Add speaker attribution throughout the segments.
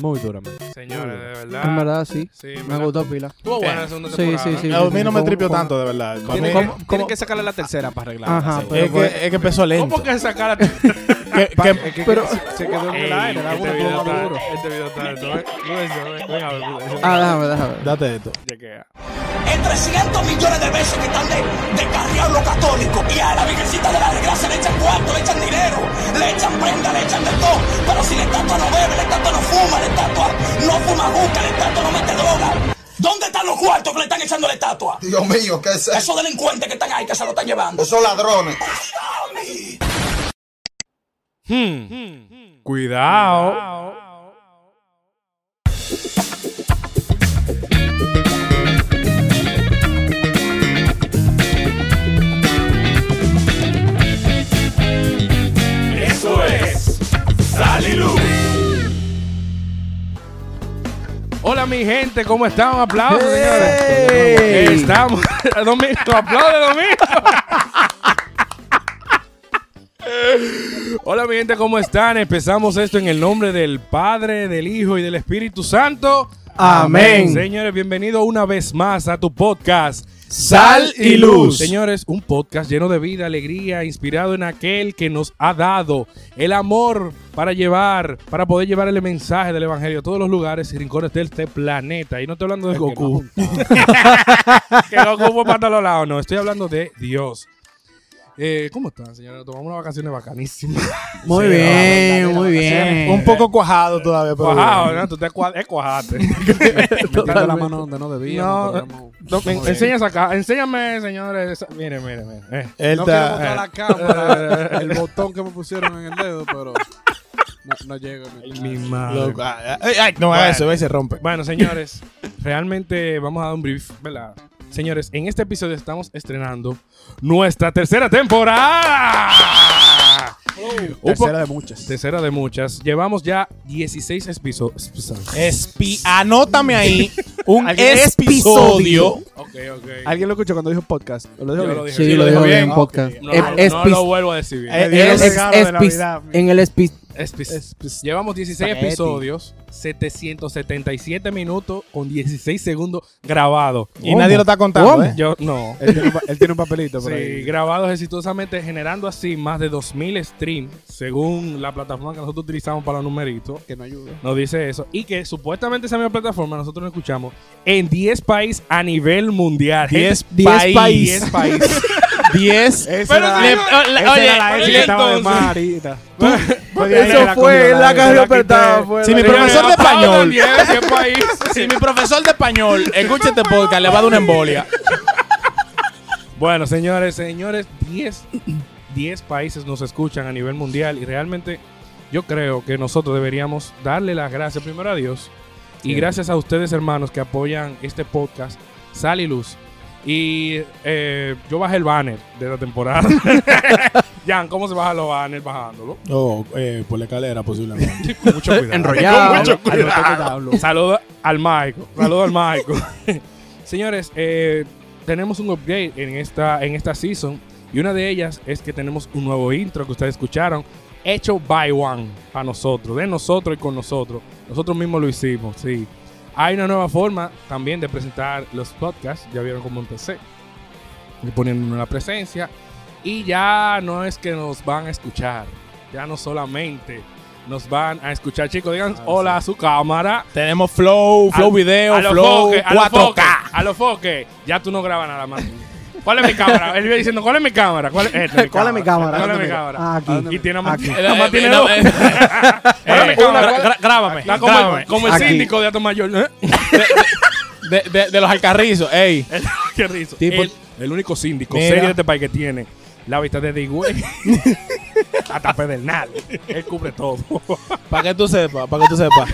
Speaker 1: muy duramente.
Speaker 2: Señores, de verdad.
Speaker 3: Mm. En verdad, sí.
Speaker 2: Ah, Sí,
Speaker 3: Me
Speaker 2: me gustó.
Speaker 3: gustó pila.
Speaker 2: Estuvo buena la segunda
Speaker 3: Sí,
Speaker 2: temporada.
Speaker 3: sí,
Speaker 2: ¿no?
Speaker 3: sí.
Speaker 4: A mí no me
Speaker 3: ¿Cómo-
Speaker 4: tripió
Speaker 3: cómo-
Speaker 4: tanto, de verdad. Para mí-
Speaker 5: Tienen,
Speaker 3: ¿Cómo-
Speaker 5: que,
Speaker 3: cómo-
Speaker 5: tienen que sacarle la tercera para arreglar.
Speaker 3: Ajá,
Speaker 5: sí.
Speaker 3: pero-
Speaker 4: Es que, es que empezó lento.
Speaker 2: ¿Cómo que sacar a tu-
Speaker 4: Que- que-
Speaker 5: Es que
Speaker 3: pero-
Speaker 5: se, se quedó en
Speaker 2: Ey,
Speaker 5: el aire. La
Speaker 2: este,
Speaker 5: uno
Speaker 2: video
Speaker 5: tuvo
Speaker 2: está,
Speaker 5: maduro.
Speaker 2: este video está alto, ¿eh? Grueso, ¿eh? Venga, grueso.
Speaker 3: Ah, déjame, déjame.
Speaker 4: Date esto.
Speaker 2: Chequea.
Speaker 6: en 300 millones de veces que están de, de carriado los católicos y a la virgencita de la desgracia le echan cuarto, le echan dinero, le echan prenda, le echan de todo, pero si la estatua no bebe, la estatua no fuma, la estatua no fuma busca, la estatua no mete droga. ¿Dónde están los cuartos que le están echando a la estatua?
Speaker 7: Dios mío, ¿qué es eso?
Speaker 6: Esos delincuentes que están ahí que se lo están llevando.
Speaker 7: Esos ladrones.
Speaker 2: Cuidado.
Speaker 8: Eso es Salilu.
Speaker 2: Hola mi gente, ¿cómo están? Un aplauso,
Speaker 3: ¡Ey!
Speaker 2: señores. Estamos. Domingo, aplaude Domingo. Hola mi gente, ¿cómo están? Empezamos esto en el nombre del Padre, del Hijo y del Espíritu Santo.
Speaker 3: Amén.
Speaker 2: Señores, bienvenido una vez más a tu podcast.
Speaker 3: Sal y luz.
Speaker 2: Señores, un podcast lleno de vida, alegría, inspirado en aquel que nos ha dado el amor para llevar, para poder llevar el mensaje del evangelio a todos los lugares y rincones de este planeta. Y no estoy hablando de Goku. que Goku fue para todos los lados, no. Estoy hablando de Dios. Eh, ¿Cómo están, señores? Tomamos unas vacaciones bacanísimas.
Speaker 3: Muy bien, muy bien.
Speaker 4: Un poco cuajado todavía, pero.
Speaker 2: Cuajado, ¿no? Tú te cua- eh, cuajaste.
Speaker 5: Metiendo la mano donde no debía.
Speaker 2: No, eh,
Speaker 5: no podíamos-
Speaker 2: No, me- enseñas acá, enséñame, señores. esa- Mire, mire, mire. Eh.
Speaker 4: Él
Speaker 5: No quiero
Speaker 4: está-
Speaker 5: mostrar la cámara, el botón que me pusieron en el dedo, pero no, no llega.
Speaker 2: Mi madre.
Speaker 4: Loco, ay, ah, eh, ay, ay, no,
Speaker 2: Bueno.
Speaker 4: eso, ve, se rompe.
Speaker 2: Bueno, señores, realmente vamos a dar un brief, ¿verdad? Señores, en este episodio estamos estrenando nuestra tercera temporada. Un po-
Speaker 4: Tercera de muchas.
Speaker 2: tercera de muchas. Llevamos ya 16 episodios.
Speaker 4: Espi- anótame ahí un
Speaker 5: Alguien-
Speaker 4: episodio.
Speaker 2: Ok, ok.
Speaker 5: ¿Alguien lo escuchó cuando dijo podcast?
Speaker 2: Yo
Speaker 5: ¿Lo dijo
Speaker 2: lo
Speaker 5: bien?
Speaker 2: dije,
Speaker 3: Sí,
Speaker 2: yo
Speaker 3: lo dijo bien
Speaker 2: bien.
Speaker 3: en podcast.
Speaker 2: No,
Speaker 3: Es-
Speaker 2: no
Speaker 3: es
Speaker 2: lo
Speaker 3: pis-
Speaker 2: vuelvo a decir bien.
Speaker 4: Eh,
Speaker 3: es-
Speaker 4: el regalo
Speaker 3: es
Speaker 4: de
Speaker 3: pis-
Speaker 4: Navidad, mi-
Speaker 3: En el espis.
Speaker 2: Es pis- Llevamos 16
Speaker 5: Spaghetti.
Speaker 2: episodios, 777 minutos con 16 segundos grabados.
Speaker 4: Y nadie lo está contando,
Speaker 3: ¿Cómo?
Speaker 4: ¿eh?
Speaker 2: Yo no.
Speaker 5: Él tiene, un pa- él tiene un papelito por
Speaker 2: Sí,
Speaker 5: ahí.
Speaker 2: grabados exitosamente, generando así más de 2.000 streams, según la plataforma que nosotros utilizamos para los numeritos.
Speaker 5: Que no ayuda.
Speaker 2: Nos dice eso. Y que supuestamente esa misma plataforma nosotros lo escuchamos en 10 países a nivel mundial.
Speaker 4: 10
Speaker 3: Diez
Speaker 4: países.
Speaker 2: 10 países.
Speaker 4: 10.
Speaker 5: Esa era,
Speaker 4: Le-
Speaker 5: esa
Speaker 4: le-
Speaker 5: era
Speaker 4: oye,
Speaker 5: la S
Speaker 2: oye,
Speaker 5: que estaba de
Speaker 2: entonces.
Speaker 5: marita.
Speaker 3: Eso fue la carrera apretada. fue
Speaker 4: Si
Speaker 3: la-
Speaker 4: mi profesor de español.
Speaker 2: países.
Speaker 4: Si mi profesor de español escucha este podcast, le va a dar una embolia.
Speaker 2: Bueno, señores, señores, 10, 10 países nos escuchan a nivel mundial y realmente yo creo que nosotros deberíamos darle las gracias primero a Dios y gracias a ustedes, hermanos, que apoyan este podcast, Sal y Luz. Y eh, yo bajé el banner de la temporada. Jan, ¿cómo se baja los banners bajándolo?
Speaker 4: Oh, eh, por la escalera posiblemente.
Speaker 2: Con mucho cuidado.
Speaker 3: Enrollado.
Speaker 2: Con mucho
Speaker 5: Al- al
Speaker 2: cuidado.
Speaker 5: botón que hablo.
Speaker 2: Saludo al Maico. Saludo al Maico. Señores, eh, tenemos un upgrade en esta, en esta season. Y una de ellas es que tenemos un nuevo intro que ustedes escucharon. Hecho by one a nosotros, de nosotros y con nosotros. Nosotros mismos lo hicimos, sí. Hay una nueva forma también de presentar los podcasts. Ya vieron cómo empecé. Y poniendo una presencia. Y ya no es que nos van a escuchar. Ya no solamente nos van a escuchar. Chicos, digan hola a su cámara.
Speaker 4: Tenemos flow, flow
Speaker 2: Al-
Speaker 4: video,
Speaker 2: a los
Speaker 4: flow
Speaker 2: foques, a los
Speaker 4: 4K.
Speaker 2: foques, a los foques. Ya tú no grabas nada más. ¿Cuál es mi cámara? Él iba diciendo, ¿cuál es mi cámara? ¿Cuál, esta
Speaker 3: ¿Cuál es mi cámara?
Speaker 2: ¿Cuál es
Speaker 3: ¿Dónde
Speaker 2: mi
Speaker 3: me-
Speaker 2: cámara?
Speaker 3: Ah, aquí.
Speaker 2: Y tiene más.
Speaker 3: Aquí.
Speaker 2: nada
Speaker 4: Eh,
Speaker 2: más tiene dos. ¿Cuál es mi cámara?
Speaker 4: Grábame.
Speaker 2: Está como,
Speaker 4: grábame.
Speaker 2: el, como el
Speaker 3: Aquí.
Speaker 2: síndico de Ato Mayor.
Speaker 4: De, de- de los alcarrizos, ey.
Speaker 2: Qué rizo.
Speaker 4: Tipo-
Speaker 2: el, el único síndico
Speaker 4: Mira.
Speaker 2: serio de este país que tiene la vista desde Higüey hasta Pedernal. Él cubre todo.
Speaker 4: Para que tú sepas, para que tú sepas.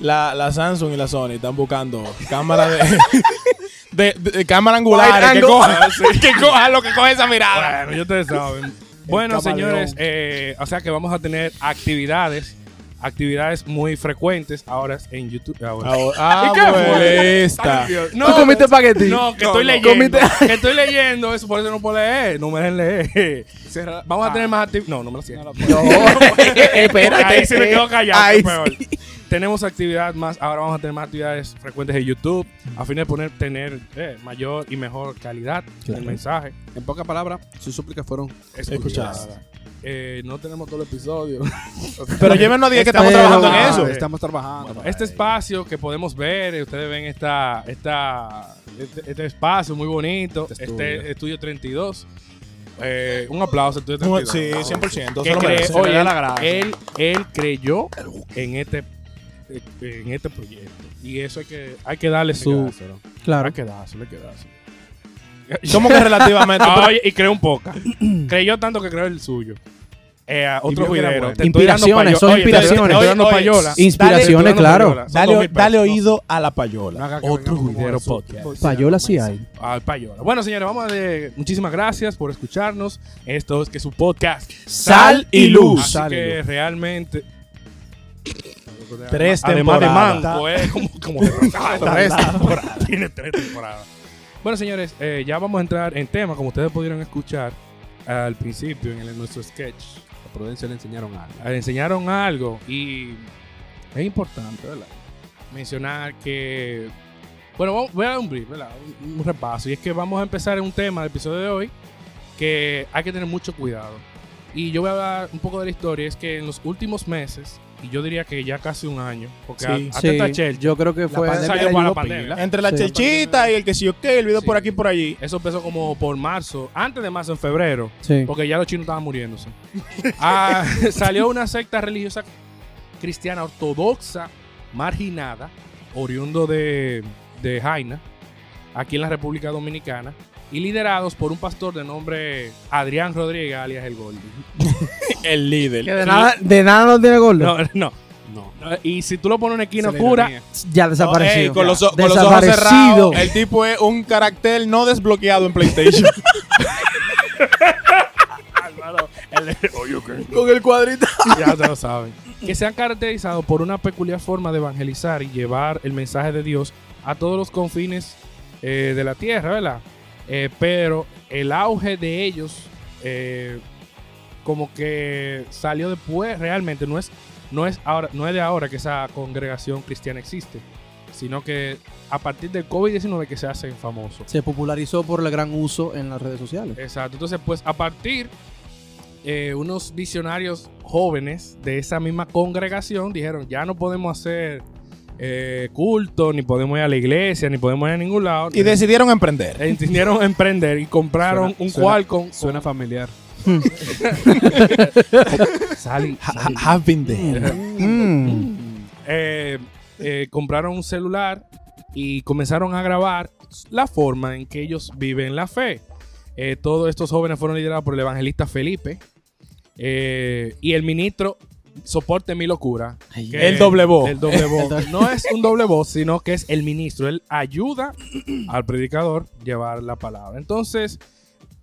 Speaker 4: La, la Samsung y la Sony están buscando cámaras de, de, de- de cámara angular que
Speaker 3: angle.
Speaker 2: Ah,
Speaker 4: coja, que coja lo que coge esa mirada.
Speaker 2: Bueno, ya ustedes saben. Bueno, señores, eh, o sea que vamos a tener actividades, actividades muy frecuentes ahora en YouTube. Ahora.
Speaker 4: Ahora- Ah,
Speaker 2: ¿Y qué fue?
Speaker 4: molesta.
Speaker 2: No,
Speaker 3: ¿Tú comiste espagueti?
Speaker 2: No, que estoy
Speaker 3: no.
Speaker 2: leyendo.
Speaker 3: Comiste-
Speaker 2: Que estoy leyendo, eso por eso no puedo leer. No me dejen leer. Vamos a tener más actividades. No, no me lo siento.
Speaker 3: No, espérate.
Speaker 2: Ahí sí me quedo callado.
Speaker 3: Ahí
Speaker 2: qué peor. tenemos actividad más, ahora vamos a tener más actividades frecuentes de YouTube, a fin de poner, tener eh, mayor y mejor calidad
Speaker 4: Claro.
Speaker 2: del mensaje.
Speaker 5: En pocas palabras, sus súplicas fueron
Speaker 4: Escuchadas.
Speaker 2: Eh, no tenemos todo el episodio.
Speaker 4: Pero llévenos a día
Speaker 2: Este
Speaker 4: que
Speaker 5: Pero
Speaker 4: estamos trabajando en
Speaker 3: Ah,
Speaker 4: eso.
Speaker 2: eh,
Speaker 5: Estamos trabajando. para
Speaker 2: Este espacio que podemos ver, eh, ustedes ven esta, esta, este, este espacio muy bonito, este estudio, 32. Eh, un aplauso, Estudio
Speaker 4: No,
Speaker 2: 32.
Speaker 4: Sí, 100%.
Speaker 2: Que
Speaker 4: se lo
Speaker 2: cree-
Speaker 4: merece.
Speaker 2: oye,
Speaker 4: Le da la
Speaker 2: él-
Speaker 4: gracia.
Speaker 2: él, él creyó en este, en este proyecto. Y eso hay que, hay que darle su.
Speaker 3: Claro.
Speaker 2: Hay que dárselo, hay que dárselo.
Speaker 4: ¿Cómo que relativamente?
Speaker 2: Ah, oye, y creó un poca. creyó tanto que creó el suyo. Eh, a otro
Speaker 4: vio que era
Speaker 2: juidero.
Speaker 4: bueno.
Speaker 2: Te estoy dando
Speaker 3: Inspiraciones,
Speaker 2: payo-
Speaker 3: son
Speaker 2: oye, te estoy- te
Speaker 3: inspiraciones.
Speaker 2: estoy dando
Speaker 4: Oye,
Speaker 2: payola.
Speaker 4: oye,
Speaker 3: Inspiraciones,
Speaker 2: Dale, dale,
Speaker 3: claro.
Speaker 2: dale. Son dos
Speaker 4: Dale,
Speaker 2: mil
Speaker 4: dale
Speaker 2: pesos.
Speaker 4: oído a la
Speaker 5: No
Speaker 4: payola.
Speaker 5: haga que
Speaker 2: Otro
Speaker 5: vengamos
Speaker 2: juidero
Speaker 5: con eso.
Speaker 2: podcast.
Speaker 5: Pues,
Speaker 3: Payola sí
Speaker 5: comienza.
Speaker 3: hay.
Speaker 2: Al payola. Bueno, señores, vamos a de muchísimas gracias por escucharnos. Esto es que su podcast.
Speaker 4: Sal y luz.
Speaker 2: Así
Speaker 4: Sal y
Speaker 2: que realmente.
Speaker 4: Tres
Speaker 2: Además de
Speaker 4: temporadas.
Speaker 2: Mango, eh, como, como retrasado. tres temporadas. Tiene tres temporadas. Bueno, señores, eh, ya vamos a entrar en tema, como ustedes pudieron escuchar al principio en, el- en nuestro sketch.
Speaker 5: A Prudencia le enseñaron algo.
Speaker 2: eh, enseñaron algo y es importante, ¿verdad? Mencionar que. Bueno, vamos- voy a dar un brief, ¿verdad? Un, un repaso. Y es que vamos a empezar en un tema del episodio de hoy que hay que tener mucho cuidado. Y yo voy a hablar un poco de la historia. Es que en los últimos meses, y yo diría que ya casi un año, porque
Speaker 4: Sí.
Speaker 2: a- atenta a Chelsea,
Speaker 3: yo creo que fue.
Speaker 2: pandemia salió para la pandemia.
Speaker 4: Entre la
Speaker 3: Sí.
Speaker 4: chelchita y el que sí, ok, el video
Speaker 2: Sí.
Speaker 4: por aquí y por allí.
Speaker 2: Eso empezó como por marzo, antes de marzo, en febrero,
Speaker 3: Sí.
Speaker 2: porque ya los chinos estaban muriéndose. Ah, salió una secta religiosa cristiana ortodoxa marginada, oriundo de, de Jaina, aquí en la República Dominicana, y liderados por un pastor de nombre Adrián Rodríguez, alias el Gordi.
Speaker 4: El
Speaker 3: Que
Speaker 4: líder.
Speaker 3: de nada, de nada no tiene gordo.
Speaker 2: No, no, no. Y si tú lo pones en una esquina oscura,
Speaker 3: Ya
Speaker 4: No,
Speaker 3: desaparecido.
Speaker 4: ey, con los, o- con los ojos
Speaker 3: desaparecido.
Speaker 4: cerrados. El tipo es un carácter no desbloqueado en PlayStation.
Speaker 3: con el cuadrito.
Speaker 2: ya te lo saben, que se han caracterizado por una peculiar forma de evangelizar y llevar el mensaje de Dios a todos los confines eh, de la tierra, ¿verdad? Eh, pero el auge de ellos eh, como que salió después, realmente no es, no, es ahora, no es de ahora que esa congregación cristiana existe, sino que a partir del COVID-19 que se hacen famosos.
Speaker 3: Se popularizó por el gran uso en las redes sociales.
Speaker 2: Exacto. Entonces, pues a partir eh, unos visionarios jóvenes de esa misma congregación dijeron, ya no podemos hacer eh, culto, ni podemos ir a la iglesia, ni podemos ir a ningún lado.
Speaker 4: y decidieron emprender.
Speaker 2: Entendieron emprender y compraron
Speaker 5: Suena-
Speaker 2: un
Speaker 5: suena-
Speaker 2: Qualcomm.
Speaker 5: Suena familiar.
Speaker 2: Sally, Sally.
Speaker 4: Have been there.
Speaker 3: Mm.
Speaker 2: Eh, eh, compraron un celular y comenzaron a grabar la forma en que ellos viven la fe. Eh, todos estos jóvenes fueron liderados por el evangelista Felipe eh, y el ministro Soporte Mi Locura.
Speaker 3: Ay,
Speaker 2: que-
Speaker 4: El doble voz.
Speaker 2: El doble voz.
Speaker 3: El doble-
Speaker 2: No es un doble voz, sino que es el ministro. Él ayuda al predicador llevar la palabra. Entonces,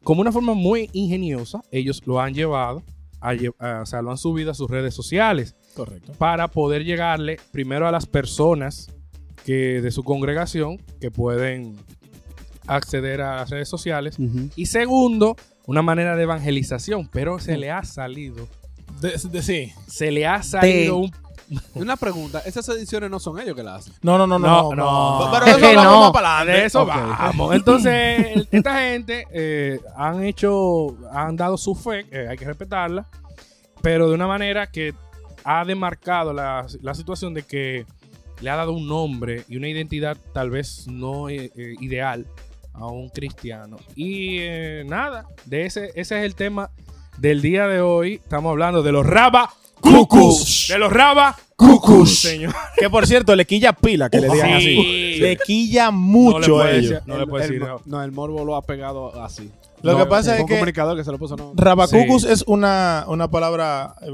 Speaker 2: como una forma muy ingeniosa, ellos lo han llevado, a lle- a- o sea, lo han subido a sus redes sociales
Speaker 4: Correcto.
Speaker 2: para poder llegarle primero a las personas que de su congregación que pueden acceder a las redes sociales
Speaker 3: Ujú.
Speaker 2: y segundo una manera de evangelización pero se le ha salido
Speaker 4: De- de- sí.
Speaker 2: se le ha salido un
Speaker 5: Y Una pregunta, esas ediciones no son ellos que las hacen.
Speaker 4: No, no, no, no.
Speaker 2: No, no.
Speaker 4: Pero eso
Speaker 3: Que
Speaker 4: hablamos
Speaker 3: no.
Speaker 4: más para adelante.
Speaker 2: de eso
Speaker 4: Ok.
Speaker 2: vamos entonces esta gente eh, han hecho han dado su fe eh, hay que respetarla pero de una manera que ha demarcado la, la situación de que le ha dado un nombre y una identidad tal vez no eh, eh, ideal a un cristiano. Y eh, nada, de ese, ese es el tema del día de hoy. Estamos hablando de los raba cucus. De los raba cucus, señor.
Speaker 4: Que por cierto, le quilla pila que le digan
Speaker 2: Sí.
Speaker 4: así. Le quilla mucho
Speaker 2: no le
Speaker 4: a
Speaker 2: puede
Speaker 4: ellos.
Speaker 2: decir- no le puede
Speaker 5: el,
Speaker 2: decir.
Speaker 5: mo- no, el morbo lo ha pegado así.
Speaker 4: Lo
Speaker 5: No,
Speaker 4: que pasa
Speaker 5: fue
Speaker 4: es
Speaker 5: un
Speaker 4: que-
Speaker 5: comunicador que se lo puso no.
Speaker 4: Rabacucus
Speaker 2: Sí.
Speaker 4: es una, una palabra, eh,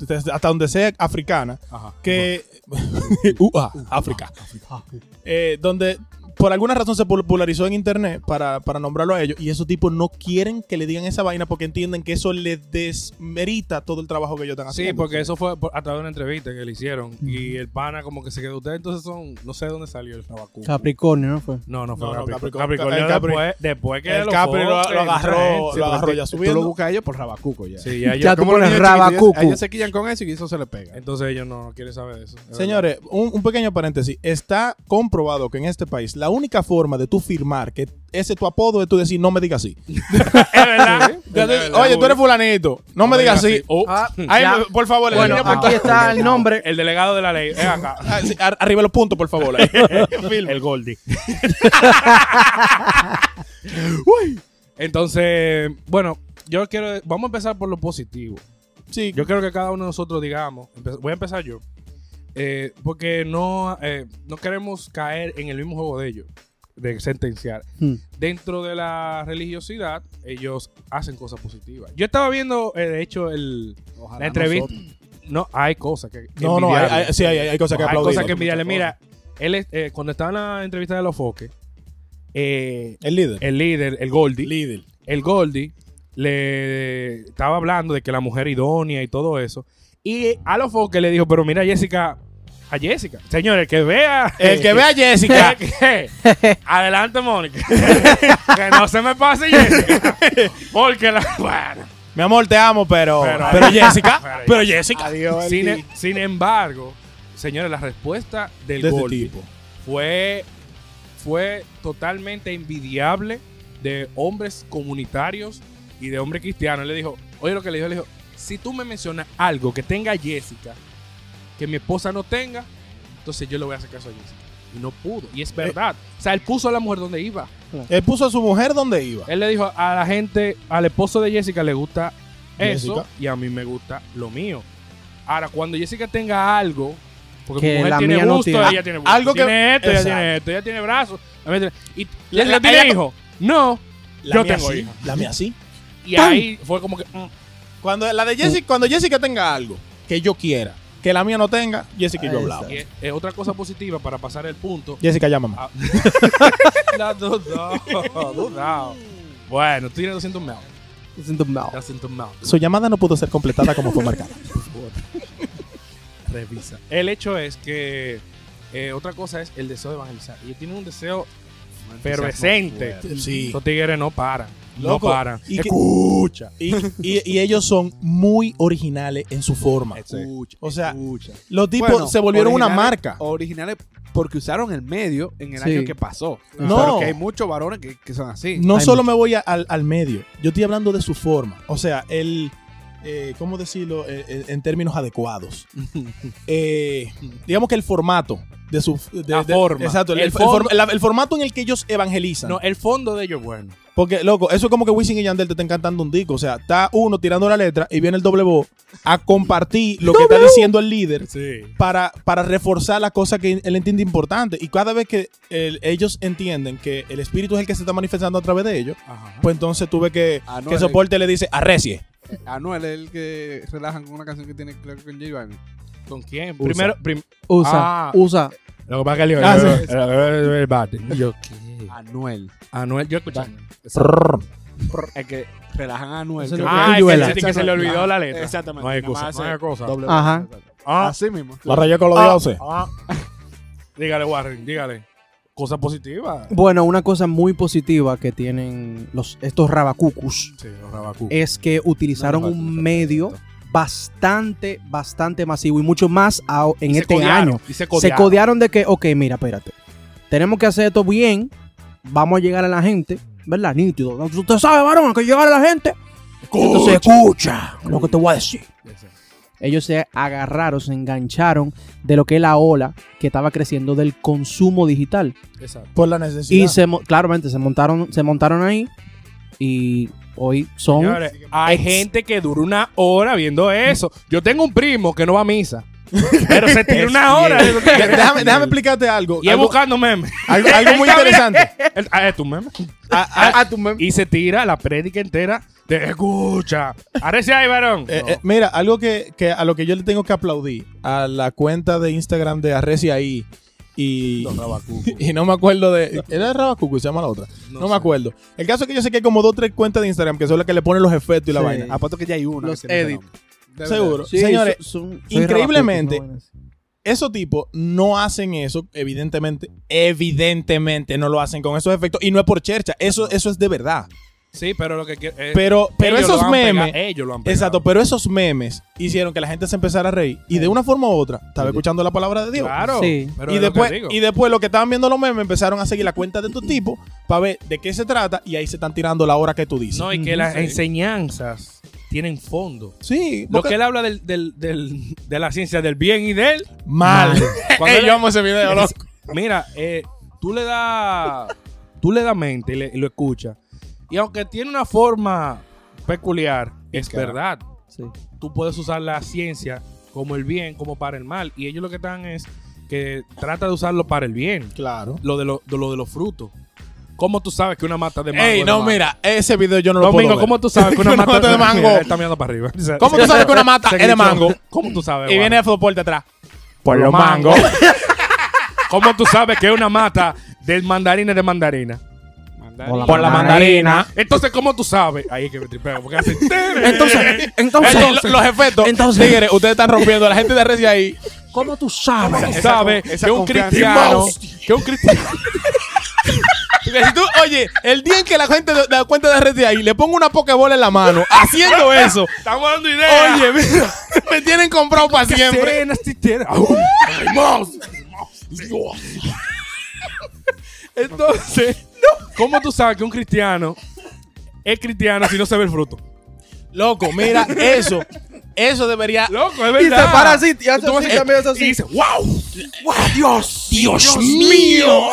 Speaker 4: desde- hasta donde sea africana,
Speaker 2: Ajá.
Speaker 4: que. Uh, ah, África. Eh, donde por alguna razón se popularizó en internet para, para nombrarlo a ellos y esos tipos no quieren que le digan esa vaina porque entienden que eso les desmerita todo el trabajo que ellos están haciendo.
Speaker 2: Sí, porque eso fue por- a través de una entrevista que le hicieron. Y el pana como que se quedó. Ustedes entonces son, no sé de dónde salió el tabacu.
Speaker 3: Capricornio, ¿no fue?
Speaker 2: no, no fue
Speaker 4: No, no,
Speaker 2: Capricornio.
Speaker 4: Capricornio.
Speaker 2: Capricornio
Speaker 4: El Capri-
Speaker 2: después, después que
Speaker 4: el Capri lo-
Speaker 2: voten,
Speaker 4: lo agarró.
Speaker 2: sí.
Speaker 4: lo agarró ya
Speaker 5: tú
Speaker 4: subiendo.
Speaker 5: lo buscas a ellos por rabacuco ya.
Speaker 2: Sí, ya, ellos-
Speaker 3: Ya tú
Speaker 5: Como los
Speaker 3: pones
Speaker 5: niños chiquitos, ellos-
Speaker 3: rabacuco.
Speaker 5: Ellos se quillan con eso y eso se les pega.
Speaker 2: Entonces ellos no quieren saber de eso. es
Speaker 4: Señores, un, un pequeño paréntesis. Está comprobado que en este país la única forma de tú firmar que ese tu apodo es tú decir no me digas así.
Speaker 2: verdad. es verdad.
Speaker 4: Ya te- Oye, tú eres fulanito. No, me digas así. Oh.
Speaker 3: Ah,
Speaker 4: Ay,
Speaker 3: ya.
Speaker 4: por favor, eh, en
Speaker 3: Bueno,
Speaker 4: línea, por
Speaker 3: aquí
Speaker 5: ah,
Speaker 3: está el nombre.
Speaker 2: El delegado de la ley. Es acá.
Speaker 4: Ah, sí, ar- arriba los puntos, por favor. eh. ahí. Firma.
Speaker 2: el Goldie. Entonces, bueno, yo quiero. Vamos a empezar por lo positivo.
Speaker 4: Sí,
Speaker 2: Yo quiero que cada uno de nosotros digamos. empe- voy a empezar yo. eh, porque no, eh, no queremos caer en el mismo juego de ellos, de sentenciar.
Speaker 3: Hmm.
Speaker 2: Dentro de la religiosidad, ellos hacen cosas positivas. Yo estaba viendo, eh, de hecho, el, la entrevista. No, hay cosas que. que
Speaker 4: no, no, hay,
Speaker 2: envidiarle.
Speaker 4: hay- sí, hay, hay cosas que
Speaker 2: Hay
Speaker 4: aplaudir.
Speaker 2: cosas que envidiarle. Mira, él es- eh, cuando estaba en la entrevista de los foques, eh,
Speaker 4: El líder.
Speaker 2: el líder, el Goldie,
Speaker 4: líder.
Speaker 2: el Goldie le estaba hablando de que la mujer idónea y todo eso. Y a los foques le dijo, pero mira Jessica, a Jessica, señores, que vea.
Speaker 4: El que vea a Jessica.
Speaker 2: que- que- Adelante, Mónica. que no se me pase Jessica. Porque la. Bueno.
Speaker 4: Mi amor, te amo, pero.
Speaker 2: Pero-
Speaker 4: Pero, Jessica.
Speaker 2: Pero
Speaker 4: pero Jessica.
Speaker 5: Adiós.
Speaker 2: Sin, e- sin embargo, señores, la respuesta del
Speaker 4: De este
Speaker 2: Goldie
Speaker 4: tipo.
Speaker 2: fue, fue totalmente envidiable de hombres comunitarios y de hombres cristianos. Él le dijo, oye lo que le dijo, le dijo, si tú me mencionas algo que tenga Jessica, que mi esposa no tenga, entonces yo le voy a hacer caso a Jessica. Y no pudo.
Speaker 4: Eh,
Speaker 2: Y es verdad. O sea, él puso a la mujer donde iba.
Speaker 4: Él puso a su mujer donde iba.
Speaker 2: Él le dijo a la gente, al esposo de Jessica le gusta eso
Speaker 4: Jessica.
Speaker 2: y a mí me gusta lo mío. Ahora, cuando Jessica tenga algo, porque
Speaker 3: Que
Speaker 2: mi mujer
Speaker 3: la
Speaker 2: tiene
Speaker 3: mía no
Speaker 2: gusto,
Speaker 3: tiene.
Speaker 2: ella tiene gusto.
Speaker 4: Algo que-
Speaker 2: tiene esto, ella
Speaker 4: Exacto.
Speaker 2: tiene esto, ella tiene brazos. la mía tiene- Y
Speaker 4: La-
Speaker 2: ¿no
Speaker 4: la-
Speaker 2: tiene
Speaker 4: ella-
Speaker 2: hijo. No.
Speaker 4: La
Speaker 2: Yo
Speaker 4: mía
Speaker 2: tengo
Speaker 4: sí,
Speaker 2: hija.
Speaker 4: La mía sí.
Speaker 2: Y ahí fue como que. mm,
Speaker 4: Cuando la de Jessica, cuando Jessica tenga algo que yo quiera, que la mía no tenga, Jessica y yo
Speaker 3: Ahí
Speaker 4: hablamos.
Speaker 2: y es- es otra cosa positiva para pasar el punto.
Speaker 4: Jessica, llámame.
Speaker 2: Ah. La dudado, dudado. Bueno, tú tienes 200 mil.
Speaker 3: Yo siento mal.
Speaker 2: 200 mil.
Speaker 4: Su llamada no pudo ser completada como fue marcada.
Speaker 2: revisa. El hecho es que eh, otra cosa es el deseo de evangelizar. Ellos tienen un deseo efervescente.
Speaker 4: Sí.
Speaker 2: Los tigres no paran.
Speaker 4: Loco,
Speaker 2: no paran.
Speaker 4: y que-
Speaker 2: Escucha.
Speaker 4: Y, y- y ellos son muy originales en su forma.
Speaker 5: Escucha,
Speaker 4: O sea,
Speaker 5: escucha.
Speaker 4: Los tipos
Speaker 5: Bueno,
Speaker 4: se volvieron una
Speaker 5: originales-
Speaker 4: marca.
Speaker 5: Originales porque usaron el medio en el
Speaker 3: Sí.
Speaker 5: año que pasó.
Speaker 4: No.
Speaker 5: Pero que hay muchos varones que, que son así.
Speaker 4: No
Speaker 3: Hay
Speaker 4: solo
Speaker 3: mucho.
Speaker 4: me voy a- al, al medio, yo estoy hablando de su forma. O sea, el. eh, ¿Cómo decirlo? Eh, eh, en términos adecuados. Eh, digamos que el formato de su. de-
Speaker 2: La
Speaker 4: de-
Speaker 2: forma.
Speaker 4: Exacto. El,
Speaker 2: El
Speaker 4: el
Speaker 2: form-
Speaker 4: form- la- el formato en el que ellos evangelizan.
Speaker 2: No, el fondo de ellos es bueno.
Speaker 4: Porque, loco, eso es como que Wisin y Yandel te están cantando un disco. O sea, está uno tirando la letra y viene el doble voz a compartir lo que está diciendo el líder
Speaker 2: Sí.
Speaker 4: para, para reforzar las cosas que él entiende importante. Y cada vez que el- ellos entienden que el espíritu es el que se está manifestando a través de ellos,
Speaker 2: Ajá.
Speaker 4: pues entonces tuve que,
Speaker 5: Ah, no,
Speaker 4: que
Speaker 3: eh.
Speaker 5: el-
Speaker 4: soporte le dice, arrecie.
Speaker 5: Anuel es el que relajan con una canción que tiene creo que con J Balvin.
Speaker 2: ¿Con quién?
Speaker 4: Usa.
Speaker 2: Primero. prim-
Speaker 3: Usa,
Speaker 2: Ah.
Speaker 3: usa.
Speaker 2: lo que pasa es que
Speaker 4: Ah, sí.
Speaker 2: el bate. Yo, ¿qué?
Speaker 5: Anuel.
Speaker 2: Anuel, yo escuché.
Speaker 5: El que relajan a Anuel.
Speaker 3: Eso
Speaker 5: creo
Speaker 3: es
Speaker 5: que-
Speaker 3: lo
Speaker 2: Ah, es
Speaker 3: Yuela.
Speaker 2: el que se le olvidó la letra.
Speaker 5: Exactamente.
Speaker 2: No hay
Speaker 5: Nada más
Speaker 2: excusa. No hay
Speaker 5: hace
Speaker 2: excusa.
Speaker 5: doble-
Speaker 3: Ajá.
Speaker 2: Ah,
Speaker 5: Así mismo.
Speaker 4: La rayé con los
Speaker 2: ah,
Speaker 4: dioses.
Speaker 2: ah. Dígale, Warren, dígale. Cosa positiva.
Speaker 3: Bueno, una cosa muy positiva que tienen los, estos rabacucus
Speaker 2: Sí, los rabacú.
Speaker 3: es que utilizaron
Speaker 5: No, no, no, no,
Speaker 3: un
Speaker 5: no,
Speaker 3: medio bastante, bastante masivo y mucho más a- en
Speaker 2: Y se
Speaker 3: este
Speaker 2: codearon,
Speaker 3: año.
Speaker 2: y se
Speaker 3: Se
Speaker 2: codearon.
Speaker 3: codearon de que, ok, mira, espérate. Tenemos que hacer esto bien. Vamos a llegar a la gente, ¿verdad? Nítido. Usted sabe, varón, hay que llegar a la gente. Entonces escucha lo que te voy a decir. Ellos se agarraron, se engancharon de lo que es la ola que estaba creciendo del consumo digital.
Speaker 2: Exacto.
Speaker 4: Por la necesidad.
Speaker 3: Y se, mo- claramente se montaron, se montaron ahí y hoy son...
Speaker 2: Señores, hay gente que dura una hora viendo eso. Yo tengo un primo que no va a misa, pero se tira una hora. de eso.
Speaker 4: déjame, déjame explicarte algo.
Speaker 2: Y es
Speaker 4: algo,
Speaker 2: buscando memes.
Speaker 4: algo- algo muy
Speaker 2: Está bien.
Speaker 4: interesante.
Speaker 2: El- ah, es tu meme. Ah,
Speaker 4: A- a-
Speaker 2: Y se tira la prédica entera de escucha. Arrece ahí, varón.
Speaker 4: eh, eh, mira, algo que, que a lo que yo le tengo que aplaudir a la cuenta de Instagram de Arrecia ahí y,
Speaker 5: Los rabacucos.
Speaker 4: y no me acuerdo de. ¿Era de Rabacucu? Se llama la otra. No, me acuerdo. El caso es que yo sé que hay como dos o tres cuentas de Instagram que son las que le ponen los efectos y la
Speaker 3: Sí.
Speaker 4: vaina. Ah,
Speaker 5: Apuesto que ya hay una.
Speaker 3: Los
Speaker 5: que tiene ese
Speaker 3: edit.
Speaker 5: nombre. Debe
Speaker 4: Seguro.
Speaker 5: de
Speaker 3: Sí,
Speaker 4: Señores,
Speaker 3: so- so- soy
Speaker 4: increíblemente-
Speaker 3: rabacuco, ¿no?
Speaker 4: Esos tipos no hacen eso, evidentemente. Evidentemente no lo hacen con esos efectos. Y no es por chercha. Eso, eso es de verdad.
Speaker 2: Sí, pero lo que quiero. eh,
Speaker 4: Pero, pero
Speaker 2: ellos lo
Speaker 4: esos
Speaker 2: han pegado,
Speaker 4: memes.
Speaker 2: ellos lo han pegado.
Speaker 4: Exacto, pero esos memes hicieron que la gente se empezara a reír y de una forma u otra estaba escuchando la palabra de Dios.
Speaker 2: Claro.
Speaker 3: Sí.
Speaker 2: pero
Speaker 4: y,
Speaker 2: es lo que
Speaker 4: después,
Speaker 2: digo.
Speaker 4: y después los que estaban viendo los memes empezaron a seguir la cuenta de estos tipos para ver de qué se trata y ahí se están tirando la hora que tú dices.
Speaker 2: No, y que las enseñanzas tienen fondo.
Speaker 4: sí,
Speaker 2: Lo
Speaker 4: porque-
Speaker 2: que él habla del, del- del- de la ciencia del bien y del.
Speaker 4: mal.
Speaker 2: Cuando
Speaker 4: Ey,
Speaker 2: él-
Speaker 4: yo amo ese video, loco.
Speaker 2: Mira, eh, tú le das. Tú le das mente y, le- y lo escuchas. Y aunque tiene una forma peculiar, es
Speaker 4: Pícara.
Speaker 2: verdad.
Speaker 3: Sí.
Speaker 2: Tú puedes usar la ciencia como el bien, como para el mal. Y ellos lo que están es que trata de usarlo para el bien.
Speaker 4: Claro.
Speaker 2: Lo de, lo, de lo de los frutos. ¿Cómo tú sabes que una mata de mango?
Speaker 4: Ey,
Speaker 2: es
Speaker 4: no,
Speaker 2: mala?
Speaker 4: mira, ese video yo no lo puedo
Speaker 2: Domingo,
Speaker 4: ver.
Speaker 2: ¿cómo tú sabes que una mata,
Speaker 4: de mango?
Speaker 2: Mira, él está mirando para arriba.
Speaker 4: ¿Cómo tú sabes que una mata
Speaker 2: Se
Speaker 4: es de
Speaker 2: glitchó.
Speaker 4: mango?
Speaker 2: ¿Cómo tú sabes?
Speaker 4: Y
Speaker 2: Juan?
Speaker 4: viene el fútbol de atrás.
Speaker 2: por los mangos. ¿Cómo tú sabes que es una mata del mandarina de mandarina?
Speaker 4: Por la mandarina.
Speaker 2: Entonces, ¿cómo tú sabes? Ahí es que me tripeo, porque hace...
Speaker 3: Entonces,
Speaker 4: Entonces,
Speaker 3: entonces,
Speaker 4: lo- los efectos.
Speaker 3: Entonces-
Speaker 4: Tigres, ustedes están rompiendo. La gente de Recia ahí.
Speaker 3: ¿cómo tú sabes?
Speaker 2: Tú sabes
Speaker 5: esa
Speaker 2: que un
Speaker 5: confianza.
Speaker 2: cristiano...
Speaker 5: Hostia.
Speaker 2: Que un cristiano...
Speaker 4: Porque si tú, oye, el día en que la gente da cuenta de Recia ahí, le pongo una pokebola en la mano haciendo eso.
Speaker 2: Estamos dando
Speaker 4: Oye, mira, me tienen comprado para siempre.
Speaker 2: Entonces, ¿cómo tú sabes que un cristiano es cristiano si no se ve el fruto?
Speaker 4: Loco, mira, eso. Eso debería.
Speaker 2: Loco, es verdad.
Speaker 5: Y se para así, y hace
Speaker 2: Tú
Speaker 5: así
Speaker 2: haces-
Speaker 5: también, hace así.
Speaker 2: Y dice, wow.
Speaker 4: Dios mío.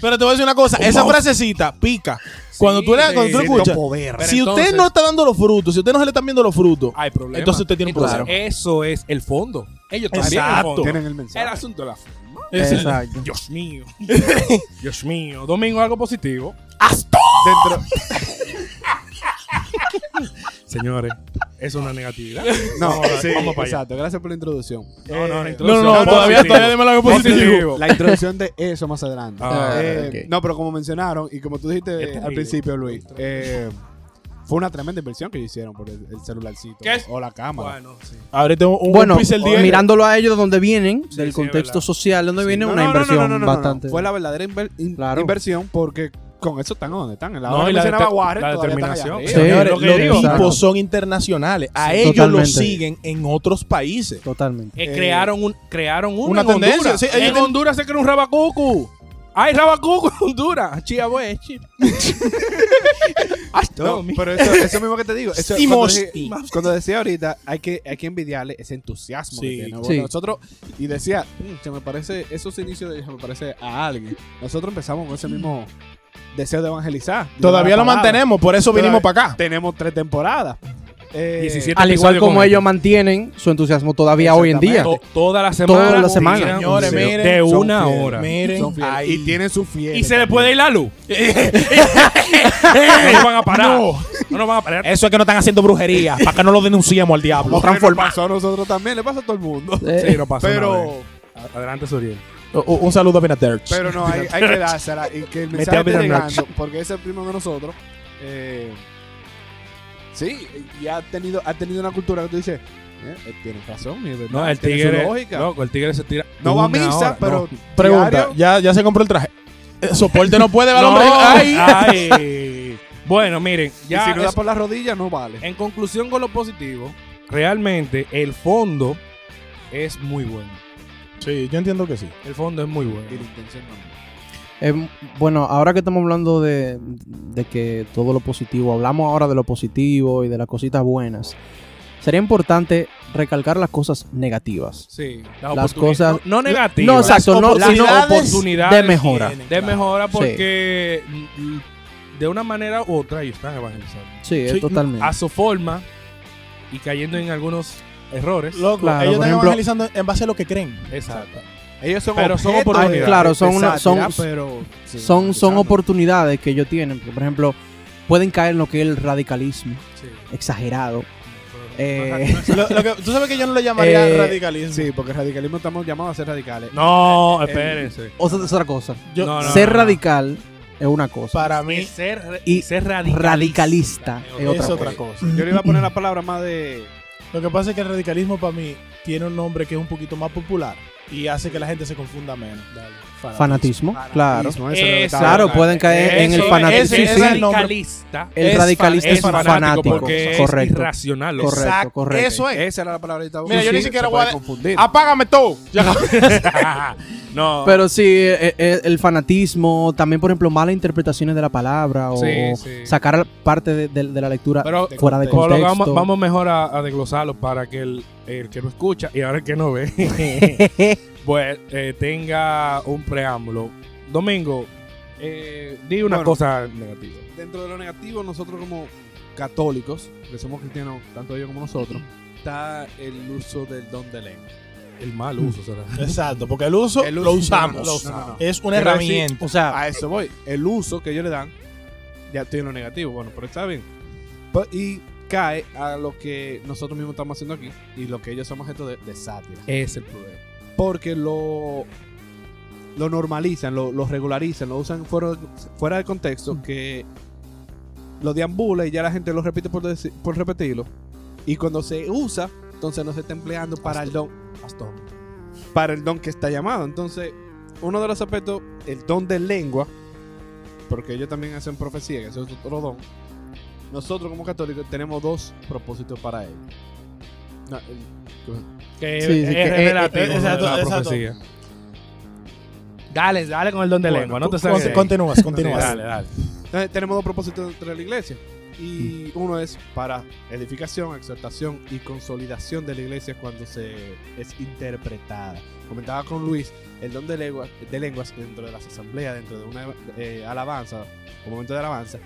Speaker 4: Pero te voy a decir una cosa, esa frasecita pica. Cuando tú la,
Speaker 2: sí,
Speaker 4: cuando tú la
Speaker 2: sí,
Speaker 4: escuchas,
Speaker 5: poder.
Speaker 4: si usted
Speaker 2: Pero entonces-
Speaker 4: no está dando los frutos, si usted no se le están viendo los frutos,
Speaker 2: Hay problema.
Speaker 4: entonces usted tiene un
Speaker 2: Entonces, eh,
Speaker 4: problema.
Speaker 2: Eso es el fondo. Ellos también
Speaker 4: Exacto.
Speaker 2: el fondo.
Speaker 5: Tienen el
Speaker 2: El
Speaker 5: mensaje.
Speaker 2: asunto de la forma.
Speaker 3: Exacto.
Speaker 2: Dios mío. Dios mío. Domingo, algo positivo.
Speaker 5: Dentro-
Speaker 2: Señores, es una negatividad.
Speaker 5: No,
Speaker 2: Vamos a-
Speaker 5: sí,
Speaker 2: vamos para allá.
Speaker 5: exacto. Gracias por la introducción.
Speaker 2: No, no, la
Speaker 4: No, no,
Speaker 2: introducción.
Speaker 4: no, todavía,
Speaker 2: Positivo.
Speaker 4: todavía dime lo que es positivo.
Speaker 5: La introducción de eso más adelante.
Speaker 2: Ah,
Speaker 5: Eh,
Speaker 3: ok.
Speaker 5: No, pero como mencionaron y como tú dijiste
Speaker 2: Este es
Speaker 5: al
Speaker 2: mi-
Speaker 5: principio, Luis, eh, fue una tremenda inversión que hicieron por el, el celularcito
Speaker 2: ¿Qué es?
Speaker 5: o la cámara.
Speaker 2: Bueno, sí.
Speaker 4: Ahorita un, un
Speaker 3: Bueno,
Speaker 4: pixel 10.
Speaker 3: mirándolo a ellos de donde vienen, del
Speaker 2: sí,
Speaker 3: contexto
Speaker 2: es verdad.
Speaker 3: social, donde viene
Speaker 5: No,
Speaker 3: una
Speaker 5: no, no, no,
Speaker 3: inversión
Speaker 5: no, no, no, no.
Speaker 3: bastante.
Speaker 5: Fue la verdadera inver- in-
Speaker 3: Claro.
Speaker 5: inversión porque con eso están donde están. En la
Speaker 2: No,
Speaker 5: hora que
Speaker 2: y la
Speaker 5: mencionaba
Speaker 2: dete-
Speaker 5: Warren,
Speaker 2: la
Speaker 5: todavía están allá
Speaker 2: determinación.
Speaker 5: arriba.
Speaker 2: Sí.
Speaker 4: Señores,
Speaker 2: eh, lo que
Speaker 4: los
Speaker 2: digo.
Speaker 3: Exacto.
Speaker 4: tipos son internacionales. A
Speaker 3: Sí,
Speaker 4: ellos
Speaker 3: totalmente.
Speaker 4: los siguen en otros países.
Speaker 3: Totalmente.
Speaker 2: Eh,
Speaker 5: Eh,
Speaker 2: crearon un, crearon uno
Speaker 4: una
Speaker 2: en
Speaker 4: tendencia,
Speaker 2: Honduras.
Speaker 4: sí, ellos
Speaker 2: en
Speaker 4: ten-
Speaker 2: Honduras se creó un rabacucu. Hay rabacucu en Honduras. Chía, güey, chía. Ay,
Speaker 5: No,
Speaker 2: Domingo.
Speaker 5: pero eso, eso mismo que te digo. eso- cuando,
Speaker 4: Timosti.
Speaker 5: dije- cuando decía ahorita, hay que, hay que envidiarle ese entusiasmo
Speaker 4: Sí.
Speaker 5: que tiene. Bueno,
Speaker 3: Sí.
Speaker 5: Nosotros, y decía, "Mm, se me parece, esos inicios de ellos se me parece a alguien. Nosotros empezamos con ese mismo deseo de evangelizar. de
Speaker 4: Todavía
Speaker 5: llevar
Speaker 4: lo
Speaker 5: la palabra.
Speaker 4: mantenemos, por eso vinimos para acá.
Speaker 5: Tenemos tres temporadas. Eh,
Speaker 2: 17
Speaker 3: Al igual
Speaker 2: episodios
Speaker 3: como
Speaker 2: con-
Speaker 3: ellos mantienen su entusiasmo todavía hoy en día.
Speaker 2: To- toda la semana.
Speaker 3: Toda la semana.
Speaker 2: tiran un
Speaker 4: Señores,
Speaker 2: video
Speaker 4: miren,
Speaker 2: de
Speaker 4: son
Speaker 2: una
Speaker 4: fieles,
Speaker 2: hora.
Speaker 5: son
Speaker 4: Miren,
Speaker 5: fieles.
Speaker 4: ahí.
Speaker 5: y tienen su fiel.
Speaker 2: Y se le puede ir la luz. no nos van a parar. No, nos van a parar.
Speaker 4: Eso es que no están haciendo brujería, para que no lo denunciemos al diablo.
Speaker 5: Pasó a nosotros también, le pasa a todo el mundo.
Speaker 3: Eh,
Speaker 2: Sí, no pasó nada.
Speaker 5: Pero,
Speaker 2: Adelante, Suriel.
Speaker 4: U- Un saludo a Benaterch.
Speaker 5: pero no, hay, hay que dársela. Y que el mensaje
Speaker 2: a
Speaker 5: esté
Speaker 2: Peter
Speaker 5: llegando, porque es el primo de nosotros. eh, sí, y ha tenido, ha tenido una cultura que tú dices, eh, eh, tienes razón, y es verdad,
Speaker 2: No, el
Speaker 5: tiene su
Speaker 2: tigre.
Speaker 5: lógica. No,
Speaker 2: Loco, el tigre se tira.
Speaker 5: va a
Speaker 2: una
Speaker 5: misa,
Speaker 2: hora.
Speaker 5: pero.
Speaker 4: Pregunta,
Speaker 5: diario,
Speaker 4: ¿ya, ya se compró el traje. Eh, Soporte no puede ver al
Speaker 2: No.
Speaker 4: hombre. Ay.
Speaker 2: Ay. Bueno, miren,
Speaker 5: y
Speaker 2: ya
Speaker 5: si no da
Speaker 2: es- Eh,
Speaker 5: por las rodillas, no vale.
Speaker 2: en conclusión con lo positivo, realmente el fondo es muy bueno.
Speaker 4: Sí, yo entiendo que sí.
Speaker 2: El fondo es muy bueno.
Speaker 5: Y la intención no.
Speaker 3: Eh, bueno, ahora que estamos hablando de, de que todo lo positivo, hablamos ahora de lo positivo y de las cositas buenas. Sería importante recalcar las cosas negativas.
Speaker 2: Sí,
Speaker 3: Las
Speaker 2: oportunidades.
Speaker 3: cosas-
Speaker 2: No, no negativas.
Speaker 3: No, exacto, no,
Speaker 2: Las
Speaker 3: sino
Speaker 2: oportunidades
Speaker 3: de mejora.
Speaker 4: tienen.
Speaker 2: de
Speaker 4: Claro.
Speaker 2: mejora porque mm, mm, de una manera u otra ellos están evangelizando
Speaker 3: Sí, es
Speaker 4: Sí,
Speaker 3: totalmente.
Speaker 2: a su forma y cayendo en algunos errores.
Speaker 4: Loco,
Speaker 3: Claro,
Speaker 4: ellos
Speaker 3: por
Speaker 4: están
Speaker 3: ejemplo-
Speaker 4: evangelizando en base a lo que creen.
Speaker 2: Exacto.
Speaker 5: Ellos son
Speaker 2: Pero son
Speaker 5: objetos de-
Speaker 2: oportunidades.
Speaker 3: Claro, son
Speaker 5: de
Speaker 3: una- son-
Speaker 5: sátira, pero, sí,
Speaker 3: son, son
Speaker 5: quizás no.
Speaker 3: oportunidades que ellos tienen. porque, por ejemplo, pueden caer en lo que es el radicalismo
Speaker 2: Sí.
Speaker 3: exagerado. Eh,
Speaker 4: Lo- lo que- tú sabes que yo no le llamaría
Speaker 3: Eh,
Speaker 4: radicalismo.
Speaker 5: Sí, porque el radicalismo estamos llamados a ser radicales.
Speaker 3: Eh,
Speaker 5: Eh,
Speaker 2: No, espérense.
Speaker 3: o sea, es otra cosa.
Speaker 4: Yo-
Speaker 2: No, no.
Speaker 3: ser radical es una cosa.
Speaker 4: Para mí
Speaker 2: ser,
Speaker 3: y
Speaker 2: ser
Speaker 3: radicalista es
Speaker 4: es
Speaker 3: otra
Speaker 4: otra
Speaker 3: cosa.
Speaker 4: cosa.
Speaker 5: Yo le iba a poner la palabra más de.
Speaker 4: Lo que pasa es que el radicalismo para mí tiene un nombre que es un poquito más popular y hace que la gente se confunda menos.
Speaker 3: Fanatismo, claro.
Speaker 5: Fanatismo, eso es lo que
Speaker 2: Eso,
Speaker 5: estaba
Speaker 3: Claro,
Speaker 5: hablando.
Speaker 3: pueden caer en el
Speaker 2: Eso,
Speaker 3: fanatismo.
Speaker 4: ese
Speaker 3: Sí,
Speaker 4: es
Speaker 3: sí.
Speaker 4: el nombre.
Speaker 2: radicalista.
Speaker 3: El
Speaker 4: es
Speaker 3: radicalista
Speaker 4: fan-
Speaker 3: es fanático.
Speaker 2: porque es
Speaker 3: correcto.
Speaker 2: irracional. loco.
Speaker 3: Correcto,
Speaker 4: Exacto,
Speaker 3: correcto.
Speaker 4: Eso es.
Speaker 5: Esa era la palabrita.
Speaker 4: Mira, yo ni siquiera
Speaker 5: se
Speaker 4: voy a-
Speaker 5: puede confundir.
Speaker 4: Apágame todo. Ya.
Speaker 2: no.
Speaker 3: Pero sí, eh, eh, el fanatismo, también, por ejemplo, malas interpretaciones de la palabra o
Speaker 2: Sí, sí.
Speaker 3: sacar la parte de, de- de la lectura
Speaker 2: Pero-
Speaker 3: fuera de
Speaker 2: Por lo que
Speaker 3: contexto.
Speaker 2: vamos, vamos mejor a, a desglosarlo para que el, el que no escucha y ahora el que no ve, pues eh, tenga un preámbulo. Domingo, eh, di una
Speaker 5: Bueno.
Speaker 2: cosa negativa.
Speaker 5: dentro de lo negativo, nosotros como católicos, que somos cristianos, tanto ellos como nosotros, está el uso del don de lengua.
Speaker 2: El mal uso será.
Speaker 4: Exacto, porque el uso,
Speaker 5: El
Speaker 4: lo
Speaker 5: uso-
Speaker 4: usamos.
Speaker 5: lo usamos. No, no.
Speaker 4: Es una
Speaker 5: Quiero decir-
Speaker 4: herramienta.
Speaker 3: o sea,
Speaker 5: A eso voy. El uso que ellos le dan, ya estoy en lo negativo, bueno, pero está bien. Pa- y cae a lo que nosotros mismos estamos haciendo aquí y lo que ellos son objeto de, de sátira.
Speaker 2: Es el problema.
Speaker 5: Porque lo, lo normalizan, lo, lo regularizan, lo usan fuera, fuera de contexto, que lo deambula y ya la gente lo repite por, deci- por repetirlo. Y cuando se usa, entonces no se está empleando para el don. Para el don que está llamado. Entonces, uno de los aspectos, el don de lengua, porque ellos también hacen profecía, que eso es otro don. Nosotros como católicos tenemos dos propósitos para ello. No, el-
Speaker 2: Que
Speaker 3: Sí, sí,
Speaker 2: es
Speaker 3: que- eh,
Speaker 2: relativo
Speaker 4: eh,
Speaker 2: ¿no?
Speaker 4: exacto,
Speaker 2: la
Speaker 4: exacto.
Speaker 2: profecía. Dale, dale con el don de
Speaker 5: Bueno,
Speaker 2: lengua. No te
Speaker 4: Con-
Speaker 2: salgas. de ahí.
Speaker 4: Continúas,
Speaker 2: Sí,
Speaker 4: continúas.
Speaker 2: Dale, dale.
Speaker 5: Entonces, tenemos dos propósitos dentro de la iglesia. Y
Speaker 3: Mm.
Speaker 5: uno es para edificación, exaltación y consolidación de la iglesia cuando se es interpretada. Comentaba con Luis el don de lenguas, de lenguas dentro de las asambleas, dentro de una eh, alabanza, un momento de alabanza.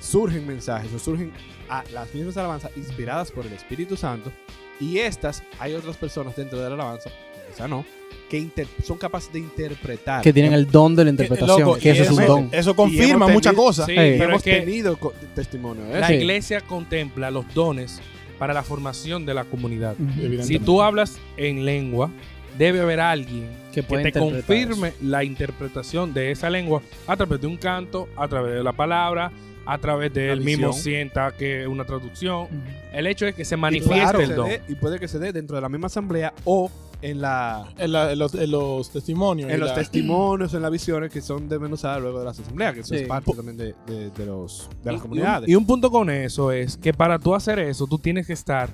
Speaker 5: Surgen mensajes o surgen a las mismas alabanzas inspiradas por el Espíritu Santo. Y estas, hay otras personas dentro de la alabanza, esa no, que inter- son capaces de interpretar.
Speaker 3: que tienen el don de la interpretación,
Speaker 4: Loco,
Speaker 3: que
Speaker 4: y
Speaker 3: eso es un
Speaker 4: eso-
Speaker 3: don.
Speaker 4: Eso
Speaker 5: Y
Speaker 4: confirma
Speaker 5: hemos
Speaker 4: muchas
Speaker 5: tenido-
Speaker 4: cosas.
Speaker 2: Sí,
Speaker 3: Ey.
Speaker 2: pero
Speaker 5: Hemos
Speaker 2: es que
Speaker 5: tenido co- testimonio de
Speaker 2: la
Speaker 3: Sí.
Speaker 2: iglesia contempla los dones para la formación de la comunidad. Si
Speaker 4: Evidentemente.
Speaker 2: tú hablas en lengua, debe haber alguien
Speaker 3: Que
Speaker 2: que
Speaker 3: puede
Speaker 2: te
Speaker 3: interpretar
Speaker 2: confirme la interpretación de esa lengua a través de un canto, a través de la palabra, a través de
Speaker 5: Una
Speaker 2: él mismo
Speaker 5: visión.
Speaker 2: sienta que una traducción.
Speaker 3: eso.
Speaker 2: El hecho es que se
Speaker 5: Y
Speaker 2: manifieste
Speaker 5: claro,
Speaker 2: el
Speaker 5: se
Speaker 2: don.
Speaker 5: dé- y puede que se dé dentro de la misma asamblea o en la
Speaker 4: En, la- en los, en los testimonios. y
Speaker 5: en los
Speaker 4: la-
Speaker 5: testimonios, en las visiones que son desmenuzadas luego de las asambleas, que eso
Speaker 3: Sí.
Speaker 5: es parte también de, de- de los, de
Speaker 2: Y-
Speaker 5: las
Speaker 2: y un-
Speaker 5: comunidades.
Speaker 2: Y un punto con eso es que para tú hacer eso, tú tienes que estar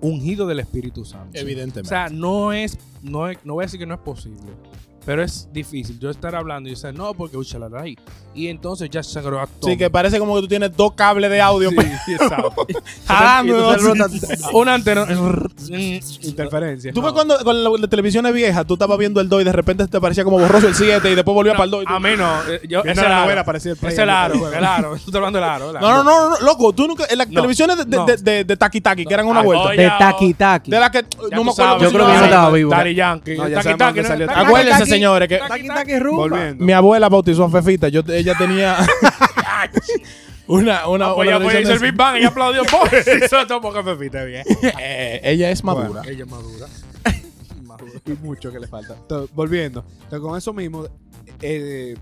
Speaker 2: ungido del Espíritu Santo. O
Speaker 4: Evidentemente.
Speaker 2: sea, no es, no es- no voy a decir que no es posible, pero es difícil. Yo estar hablando y decir, no, porque uy, ahí. Y entonces ya se agregó a todo.
Speaker 4: sí, que parece como que tú tienes dos cables de audio.
Speaker 2: Sí, sí, exacto. Ah,
Speaker 4: jalando,
Speaker 2: Y tu
Speaker 4: ¿no?
Speaker 2: cerebro está- Una antena. Interferencia.
Speaker 4: Tú ves cuando con la, la televisión es vieja, tú estabas viendo el 2 y de repente te parecía como borroso el 7 y después volvía para el 2.
Speaker 2: A mí no. eh, Yo,
Speaker 5: Viendo
Speaker 2: ese
Speaker 5: la
Speaker 2: aro.
Speaker 5: novela parecía el play
Speaker 2: Ese
Speaker 5: en
Speaker 2: el
Speaker 5: el
Speaker 2: aro,
Speaker 5: juego.
Speaker 2: el aro. Estoy hablando del aro. el aro.
Speaker 4: No, no, no, no, loco, tú nunca en las
Speaker 2: No,
Speaker 4: televisiones de, de,
Speaker 2: no.
Speaker 4: de, de- de Taki Taki, que eran una
Speaker 2: Ay,
Speaker 4: vuelta.
Speaker 2: oye,
Speaker 3: De taqui taqui.
Speaker 4: De la que
Speaker 2: Ya
Speaker 4: no
Speaker 2: tú
Speaker 4: me acuerdo.
Speaker 2: sabes,
Speaker 4: cómo
Speaker 3: Yo
Speaker 4: se
Speaker 3: creo que yo
Speaker 4: llama.
Speaker 3: no estaba vivo.
Speaker 2: Daddy Yankee.
Speaker 5: No, ya
Speaker 2: Taki,
Speaker 5: sabemos
Speaker 2: taki,
Speaker 5: dónde
Speaker 2: ¿no?
Speaker 5: salió
Speaker 2: Taki,
Speaker 5: Taki,
Speaker 4: Acuérdense,
Speaker 2: taki.
Speaker 4: señores, que
Speaker 2: Taki, taki.
Speaker 5: Volviendo.
Speaker 4: mi abuela bautizó a Fefita. Yo, ella tenía una. una,
Speaker 2: Pues
Speaker 4: una
Speaker 2: ya pues, hizo el
Speaker 4: televisión de-
Speaker 2: Big Bang y aplaudió. pues. Pobre, si son tan poca pepita, bien.
Speaker 4: Eh, ella es madura.
Speaker 5: Bueno, ella es madura. Madura. y mucho que le falta. Entonces, volviendo. Entonces, con eso mismo, eh,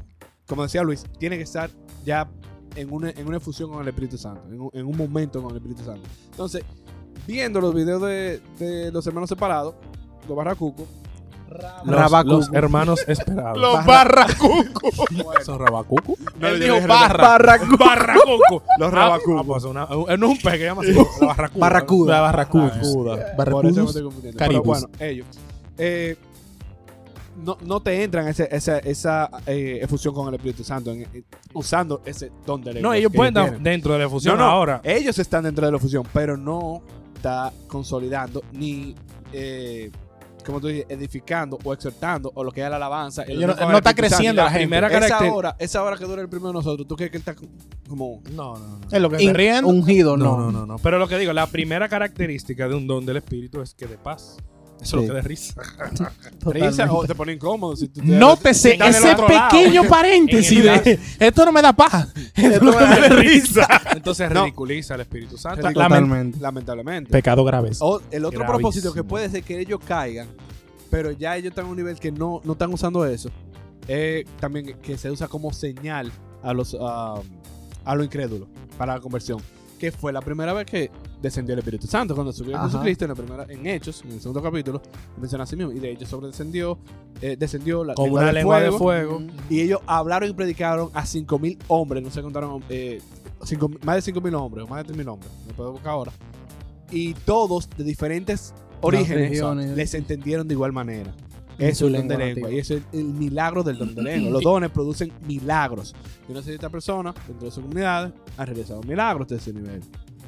Speaker 5: como decía Luis, tiene que estar ya en una, en una fusión con el Espíritu Santo, en un, en un momento con el Espíritu Santo. Entonces, viendo los videos de, de los hermanos separados, los barracucos,
Speaker 2: Los,
Speaker 3: Rabacuco.
Speaker 2: los hermanos esperados.
Speaker 4: Los barracucos.
Speaker 2: ¿Son rabacuco?
Speaker 5: No,
Speaker 4: Él
Speaker 5: yo
Speaker 4: dijo
Speaker 5: dije
Speaker 4: barra.
Speaker 2: Barracuco. Barracuco.
Speaker 5: Los
Speaker 2: Ah,
Speaker 5: rabacucos.
Speaker 2: ah, pues, una- un- no es un pez que se llama así. la Ah, barracuca.
Speaker 4: La
Speaker 3: Barracuda.
Speaker 4: barracuda.
Speaker 5: Por eso me
Speaker 4: Barracudos.
Speaker 5: estoy confundiendo. Pero
Speaker 4: caribús.
Speaker 5: bueno, ellos. Eh, no, no te entran ese- esa, esa eh, efusión con el Espíritu Santo en- eh, usando ese don de lengua.
Speaker 2: No, ellos
Speaker 5: que
Speaker 2: pueden dar
Speaker 5: tienen.
Speaker 2: dentro de la fusión
Speaker 5: No, no.
Speaker 2: ahora.
Speaker 5: Ellos están dentro de la fusión, pero no está consolidando ni. Eh, como tú dices, edificando o exhortando o lo que es la alabanza. el
Speaker 4: Ellos no-
Speaker 5: unión con
Speaker 4: no
Speaker 5: el
Speaker 4: está
Speaker 5: Espíritu Santo.
Speaker 4: creciendo la gente.
Speaker 5: primera
Speaker 2: Esa
Speaker 5: caracter-
Speaker 2: hora-
Speaker 5: Esa hora que dura el primero de nosotros, ¿tú crees que él está como.
Speaker 2: No, no, no.
Speaker 4: Es lo que se
Speaker 3: In-
Speaker 4: ríen.
Speaker 3: Ungido,
Speaker 2: No,
Speaker 3: no.
Speaker 2: no, no, no. Pero lo que digo, la primera característica de un don del Espíritu es que de paz. Eso es
Speaker 3: Sí.
Speaker 2: lo que da risa.
Speaker 3: Totalmente.
Speaker 2: Risa o te pone incómodo. Si tú te-
Speaker 4: Nótese
Speaker 2: Dale al
Speaker 4: ese
Speaker 2: otro lado.
Speaker 4: pequeño paréntesis de esto no me da paja. Esto no me da risa.
Speaker 2: Entonces
Speaker 5: No.
Speaker 2: ridiculiza al Espíritu Santo.
Speaker 5: Ridiculiza.
Speaker 3: Totalmente.
Speaker 5: lamentablemente.
Speaker 4: Pecado graves.
Speaker 5: O el otro
Speaker 2: Gravísimo.
Speaker 5: propósito que puede ser que ellos caigan, pero ya ellos están a un nivel que no, no están usando eso, es también que se usa como señal a los a, a los incrédulos para la conversión. Que fue la primera vez que descendió el Espíritu Santo, cuando subió
Speaker 3: Ajá.
Speaker 5: Jesucristo en, la primera, en Hechos, en el segundo capítulo, menciona así mismo. Y de hecho sobredescendió, eh, descendió la
Speaker 2: Como una lengua de fuego.
Speaker 5: y ellos hablaron y predicaron a 5.000 hombres, no se contaron eh, cinco- más de 5.000 hombres, más de 3.000 hombres, no puedo buscar ahora. Y todos de diferentes orígenes
Speaker 3: regiones.
Speaker 5: exacto, les entendieron de igual manera.
Speaker 3: En
Speaker 5: Eso
Speaker 3: su
Speaker 5: es el don de
Speaker 3: lengua
Speaker 5: lengua.
Speaker 3: nativa.
Speaker 5: Y eso es el milagro del don de lengua. Los dones producen milagros. Y una cierta persona dentro de su comunidad han realizado milagros de ese nivel.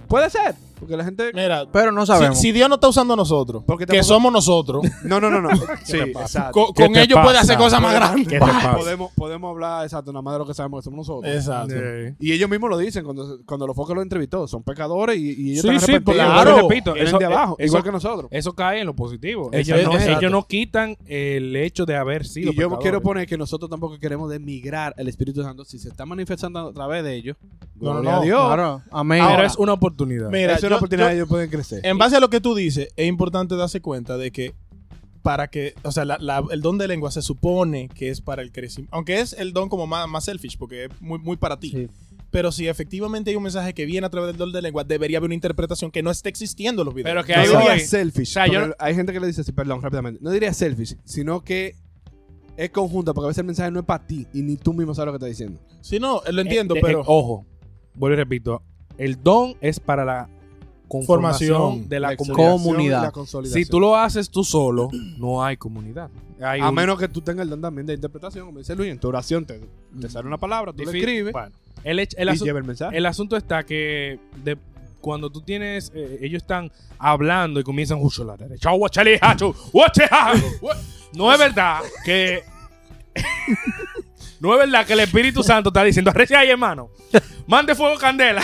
Speaker 5: Puede ser, porque la gente.
Speaker 4: Mira,
Speaker 3: Pero no
Speaker 4: si,
Speaker 3: sabemos.
Speaker 4: si Dios no está usando a nosotros,
Speaker 5: Porque
Speaker 4: que
Speaker 5: tampoco-
Speaker 4: somos nosotros,
Speaker 5: No, no, no, no. Sí, exacto.
Speaker 4: co-
Speaker 2: ¿Qué
Speaker 4: con
Speaker 2: te
Speaker 4: ellos puede
Speaker 2: pasa?
Speaker 4: hacer cosas más
Speaker 2: ¿Qué te
Speaker 4: grandes.
Speaker 2: pasa?
Speaker 5: Podemos, podemos hablar, exacto, nada más de lo que sabemos que somos nosotros.
Speaker 4: Exacto.
Speaker 2: Eh.
Speaker 5: Y ellos mismos lo dicen cuando, cuando los focos lo entrevistó. Son pecadores y, y ellos
Speaker 2: Sí,
Speaker 5: están
Speaker 2: sí, porque
Speaker 5: arrepentidos.
Speaker 4: claro,
Speaker 2: repito,
Speaker 5: Vienen
Speaker 2: eso-
Speaker 5: de abajo,
Speaker 2: eso-
Speaker 5: igual que nosotros.
Speaker 2: Eso cae en lo positivo.
Speaker 4: Eso
Speaker 2: Ellos,
Speaker 4: es-
Speaker 2: no,
Speaker 4: exacto.
Speaker 2: ellos no quitan el hecho de haber sido.
Speaker 5: Y yo
Speaker 2: pecadores.
Speaker 5: quiero poner que nosotros tampoco queremos de emigrar al Espíritu Santo. Si se está manifestando a través de ellos,
Speaker 4: No, no,
Speaker 5: gloria a
Speaker 4: no,
Speaker 5: Dios.
Speaker 3: Claro. Amén.
Speaker 2: Pero
Speaker 5: Ahora,
Speaker 2: es una oportunidad.
Speaker 4: Mira,
Speaker 5: Esa es una
Speaker 4: yo-
Speaker 5: oportunidad
Speaker 4: yo-
Speaker 5: ellos pueden crecer.
Speaker 4: En base a lo que tú dices, es importante darse cuenta de que para que, o sea, la- la- el don de lengua se supone que es para el crecimiento, aunque es el don como más, más selfish, porque es muy, muy para ti.
Speaker 3: Sí.
Speaker 4: Pero si efectivamente hay un mensaje que viene a través del don de lengua, debería haber una interpretación que no esté existiendo en los videos.
Speaker 2: Pero que
Speaker 5: No
Speaker 2: ahí
Speaker 5: diría
Speaker 2: voy.
Speaker 5: selfish.
Speaker 2: O sea, yo-
Speaker 5: porque Hay gente que le dice así, perdón, rápidamente. No diría selfish, sino que es conjunta, porque a veces el mensaje no es para ti y ni tú mismo sabes lo que está diciendo.
Speaker 4: Si no, lo entiendo,
Speaker 2: Eh, eh,
Speaker 4: pero...
Speaker 2: eh, ojo, vuelvo y repito. El don es para la conformación
Speaker 4: Formación.
Speaker 2: de la, comunidad.
Speaker 5: exhortación y
Speaker 3: comunidad.
Speaker 5: la consolidación.
Speaker 2: Si tú lo haces tú solo, no hay comunidad. Hay
Speaker 5: a
Speaker 2: un-
Speaker 5: menos que tú tengas el don también de interpretación, como dice Luis, en tu oración te, te sale una palabra, tú le
Speaker 2: Difí-
Speaker 5: escribes
Speaker 2: Bueno, el, hech- el
Speaker 5: y
Speaker 2: asu-
Speaker 5: lleva el mensaje.
Speaker 2: el asunto está que de- cuando tú tienes, eh, ellos están hablando y comienzan "Ucho, la derecha, guachale, hacho, guacheja". No es verdad que. No es verdad que el Espíritu Santo está diciendo, arrecia ahí, hermano. Mande fuego candela.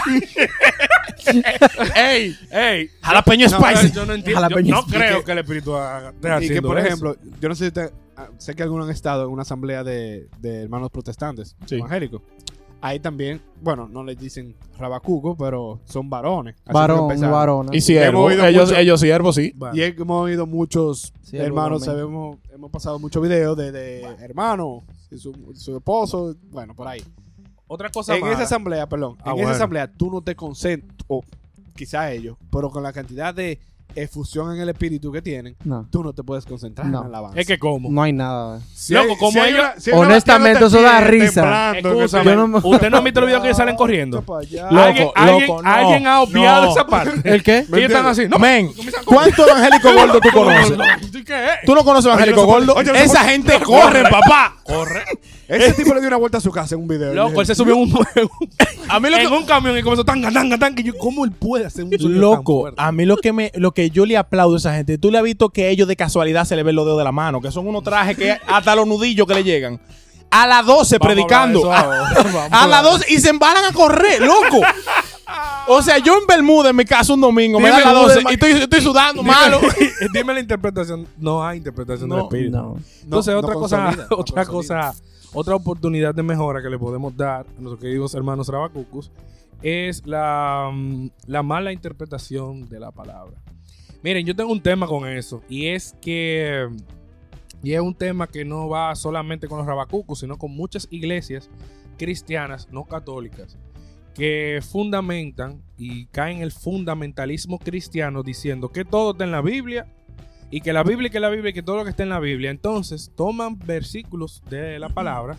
Speaker 2: ey, ey.
Speaker 4: Jalapeño
Speaker 2: No,
Speaker 4: Spice.
Speaker 2: yo no entiendo. yo
Speaker 3: Jalapeño
Speaker 2: no
Speaker 3: spicy.
Speaker 2: creo que el Espíritu haga- esté
Speaker 5: Y que,
Speaker 2: haciendo
Speaker 5: por
Speaker 2: eso.
Speaker 5: ejemplo, yo no sé si te- ah, sé que algunos han estado en una asamblea de, de hermanos protestantes
Speaker 4: Sí.
Speaker 5: evangélicos. Ahí también, bueno, no les dicen rabacuco, pero son varones. Así
Speaker 3: Varón,
Speaker 5: que empezaron.
Speaker 3: varona.
Speaker 4: Y
Speaker 5: Hemos
Speaker 4: siervo.
Speaker 5: oído
Speaker 4: Ellos,
Speaker 5: mucho-
Speaker 4: ellos siervos, sí.
Speaker 2: Bueno.
Speaker 5: Y hemos oído muchos
Speaker 3: Sí,
Speaker 5: hermanos,
Speaker 3: algo
Speaker 5: sabemos, hemos pasado muchos videos de, de hermanos, y su, su esposo, bueno, por ahí.
Speaker 2: Otra cosa
Speaker 5: En
Speaker 2: mala.
Speaker 5: esa asamblea, perdón,
Speaker 2: Ah,
Speaker 5: en
Speaker 2: bueno.
Speaker 5: esa asamblea tú no te concentras, o quizás ellos, pero con la cantidad de efusión en el espíritu que tienen,
Speaker 3: No,
Speaker 5: tú no te puedes concentrar
Speaker 3: Ah. No.
Speaker 5: en la alabanza.
Speaker 2: es que como.
Speaker 3: no hay nada.
Speaker 2: Loco, como ellos.
Speaker 3: Honestamente, eso da risa.
Speaker 2: Escúchame,
Speaker 3: yo no me-
Speaker 2: Usted no ha visto los videos que ellos salen corriendo.
Speaker 5: Para allá.
Speaker 4: Loco,
Speaker 2: alguien, alguien-
Speaker 4: loco, no,
Speaker 2: alguien ha obviado
Speaker 4: no.
Speaker 2: esa parte.
Speaker 3: ¿El qué?
Speaker 2: Ellos están así. No,
Speaker 4: Men, ¿cuánto evangélico gordo tú conoces?
Speaker 2: ¿Qué es?
Speaker 4: ¿Tú no conoces evangélico
Speaker 5: no se puede-
Speaker 4: gordo?
Speaker 5: oye, no se
Speaker 4: Esa gente corre, papá. Corre.
Speaker 5: Ese tipo le dio una vuelta a su casa en un video.
Speaker 2: Loco, él se subió en un,
Speaker 4: A mí lo que
Speaker 2: en un camión y comenzó tanga, tanga, tanga. Y yo, ¿cómo él puede hacer un sonido tan
Speaker 4: Loco,
Speaker 2: fuerte?
Speaker 4: a mí lo que me, lo que yo le aplaudo a esa gente, tú le has visto que ellos de casualidad se le ven los dedos de la mano, que son unos trajes que hasta los nudillos que le llegan. A las 12
Speaker 2: Vamos
Speaker 4: predicando.
Speaker 2: a hablar de
Speaker 4: A,
Speaker 2: eso ahora. Vamos
Speaker 4: a las 12 y se embalan a correr, loco. O sea, yo en Bermuda, en mi casa, un domingo, me
Speaker 2: Dime
Speaker 4: dan las
Speaker 2: una
Speaker 4: 12
Speaker 2: de ma-
Speaker 4: y estoy, estoy sudando malo.
Speaker 2: Dime la interpretación. No hay interpretación
Speaker 4: No,
Speaker 2: del espíritu.
Speaker 3: No.
Speaker 2: Entonces,
Speaker 5: No,
Speaker 2: otra
Speaker 5: no
Speaker 2: cosa,
Speaker 5: consolida, no
Speaker 2: otra
Speaker 5: consolida.
Speaker 2: cosa, otra oportunidad de mejora que le podemos dar a nuestros queridos hermanos rabacucos es la, mm, la mala interpretación de la palabra. Miren, yo tengo un tema con eso y es que y es un tema que no va solamente con los rabacucos, sino con muchas iglesias cristianas no católicas que fundamentan y caen en el fundamentalismo cristiano diciendo que todo está en la Biblia y que la Biblia y que la Biblia y que todo lo que está en la Biblia. Entonces toman versículos de la palabra.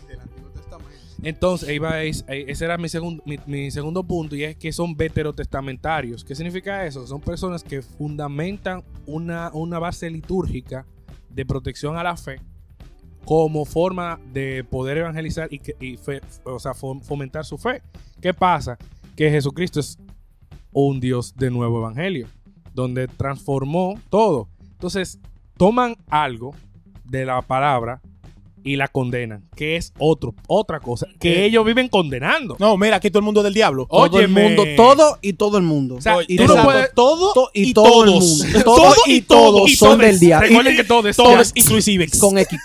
Speaker 2: Entonces, ahí va, es- ahí- ese era mi, segun- mi, mi segundo punto y es que son veterotestamentarios. ¿Qué significa eso? Son personas que fundamentan una, una base litúrgica de protección a la fe como forma de poder evangelizar y, que- y fe- o sea, fom- fomentar su fe. ¿Qué pasa? Que Jesucristo es un Dios de nuevo evangelio, donde transformó todo. Entonces, toman algo de la palabra y la condenan, que es otro, otra cosa, que ellos viven condenando.
Speaker 4: No, mira, aquí todo el mundo es del diablo.
Speaker 2: Oh,
Speaker 3: Todo el
Speaker 2: Óyeme.
Speaker 3: mundo, todo y todo el mundo.
Speaker 2: O sea,
Speaker 3: y
Speaker 2: tú no
Speaker 3: todo-
Speaker 2: puedes-
Speaker 4: todo
Speaker 3: to- y
Speaker 4: y
Speaker 3: todo el
Speaker 4: todos.
Speaker 3: mundo.
Speaker 4: Todo y todos
Speaker 2: y
Speaker 3: son
Speaker 2: todes.
Speaker 3: del diablo.
Speaker 2: Recuerden que todos,
Speaker 4: Todos,
Speaker 2: ya.
Speaker 4: inclusive.
Speaker 3: Con X.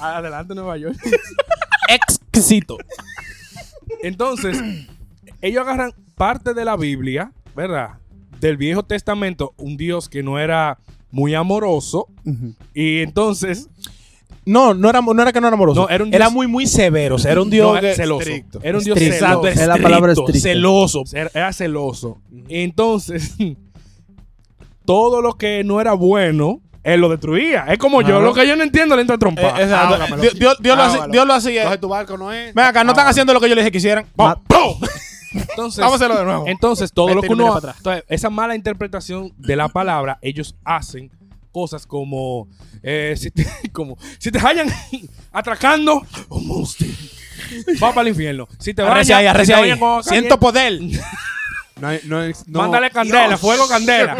Speaker 2: Adelante Nueva York.
Speaker 4: exquisito.
Speaker 2: Entonces, ellos agarran parte de la Biblia, ¿verdad? Del Viejo Testamento, un Dios que no era muy amoroso.
Speaker 3: Ujú.
Speaker 2: Y entonces,
Speaker 4: No, no era, no era que no era amoroso.
Speaker 2: No, era
Speaker 4: era,
Speaker 2: un dios-
Speaker 4: muy, muy severo. O sea, era un dios
Speaker 2: no, era
Speaker 4: que-
Speaker 2: celoso. pues.
Speaker 4: estricto.
Speaker 2: Era un Dios
Speaker 3: Estricto.
Speaker 2: celoso.
Speaker 4: Exacto,
Speaker 3: Es la palabra
Speaker 4: estricto,
Speaker 3: estricto.
Speaker 4: celoso.
Speaker 2: Era, era celoso. Entonces, todo lo que no era bueno, él lo destruía. Es como yo,
Speaker 3: Claro.
Speaker 2: lo que yo no entiendo, le entra
Speaker 4: Eh,
Speaker 2: trompa.
Speaker 4: exacto.
Speaker 5: Ahógamelo.
Speaker 4: Dios, Dios- Dios lo hace-
Speaker 5: Ahógalo.
Speaker 4: Dios lo hacía.
Speaker 5: Coge tu barco, no es.
Speaker 4: Ven acá, no están haciendo lo que yo les dije que hicieran. ¡Pum!
Speaker 3: Ma-
Speaker 4: ¡Pum!
Speaker 2: Entonces,
Speaker 4: Vamos a hacerlo de nuevo.
Speaker 2: Entonces, todo lo
Speaker 4: Vete
Speaker 2: que
Speaker 4: y mira
Speaker 2: uno.
Speaker 4: para atrás.
Speaker 2: entonces, esa mala interpretación de la palabra, ellos hacen cosas como. eh, si te, como si te hallan atracando, oh, Musti, va para el infierno. Si te bañan,
Speaker 4: Arrecia ahí,
Speaker 2: si te
Speaker 4: arrecia ahí.
Speaker 2: bañan con agua
Speaker 4: Siento
Speaker 2: caliente,
Speaker 4: poder.
Speaker 5: No, hay- no es- no-
Speaker 2: Mándale candela, fuego candela.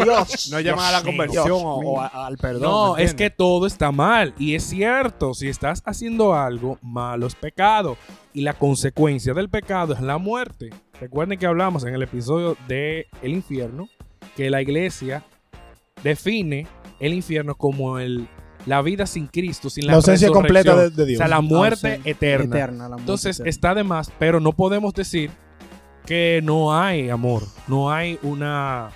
Speaker 5: No llama a la conversión o, o a- al perdón.
Speaker 2: No,
Speaker 5: ¿me
Speaker 2: es que
Speaker 5: entiendes?
Speaker 2: todo está mal. Y es cierto, si estás haciendo algo malo es pecado. Y la consecuencia del pecado es la muerte. Recuerden que hablamos en el episodio de El infierno que la iglesia define el infierno como el, la vida sin Cristo, sin la,
Speaker 4: La ausencia
Speaker 2: resurrección.
Speaker 4: completa de- de Dios.
Speaker 2: O sea, la muerte
Speaker 3: ausencia
Speaker 2: eterna.
Speaker 3: Eterna, la muerte
Speaker 2: Entonces
Speaker 3: eterna.
Speaker 2: está de más, pero no podemos decir que no hay amor, no hay una,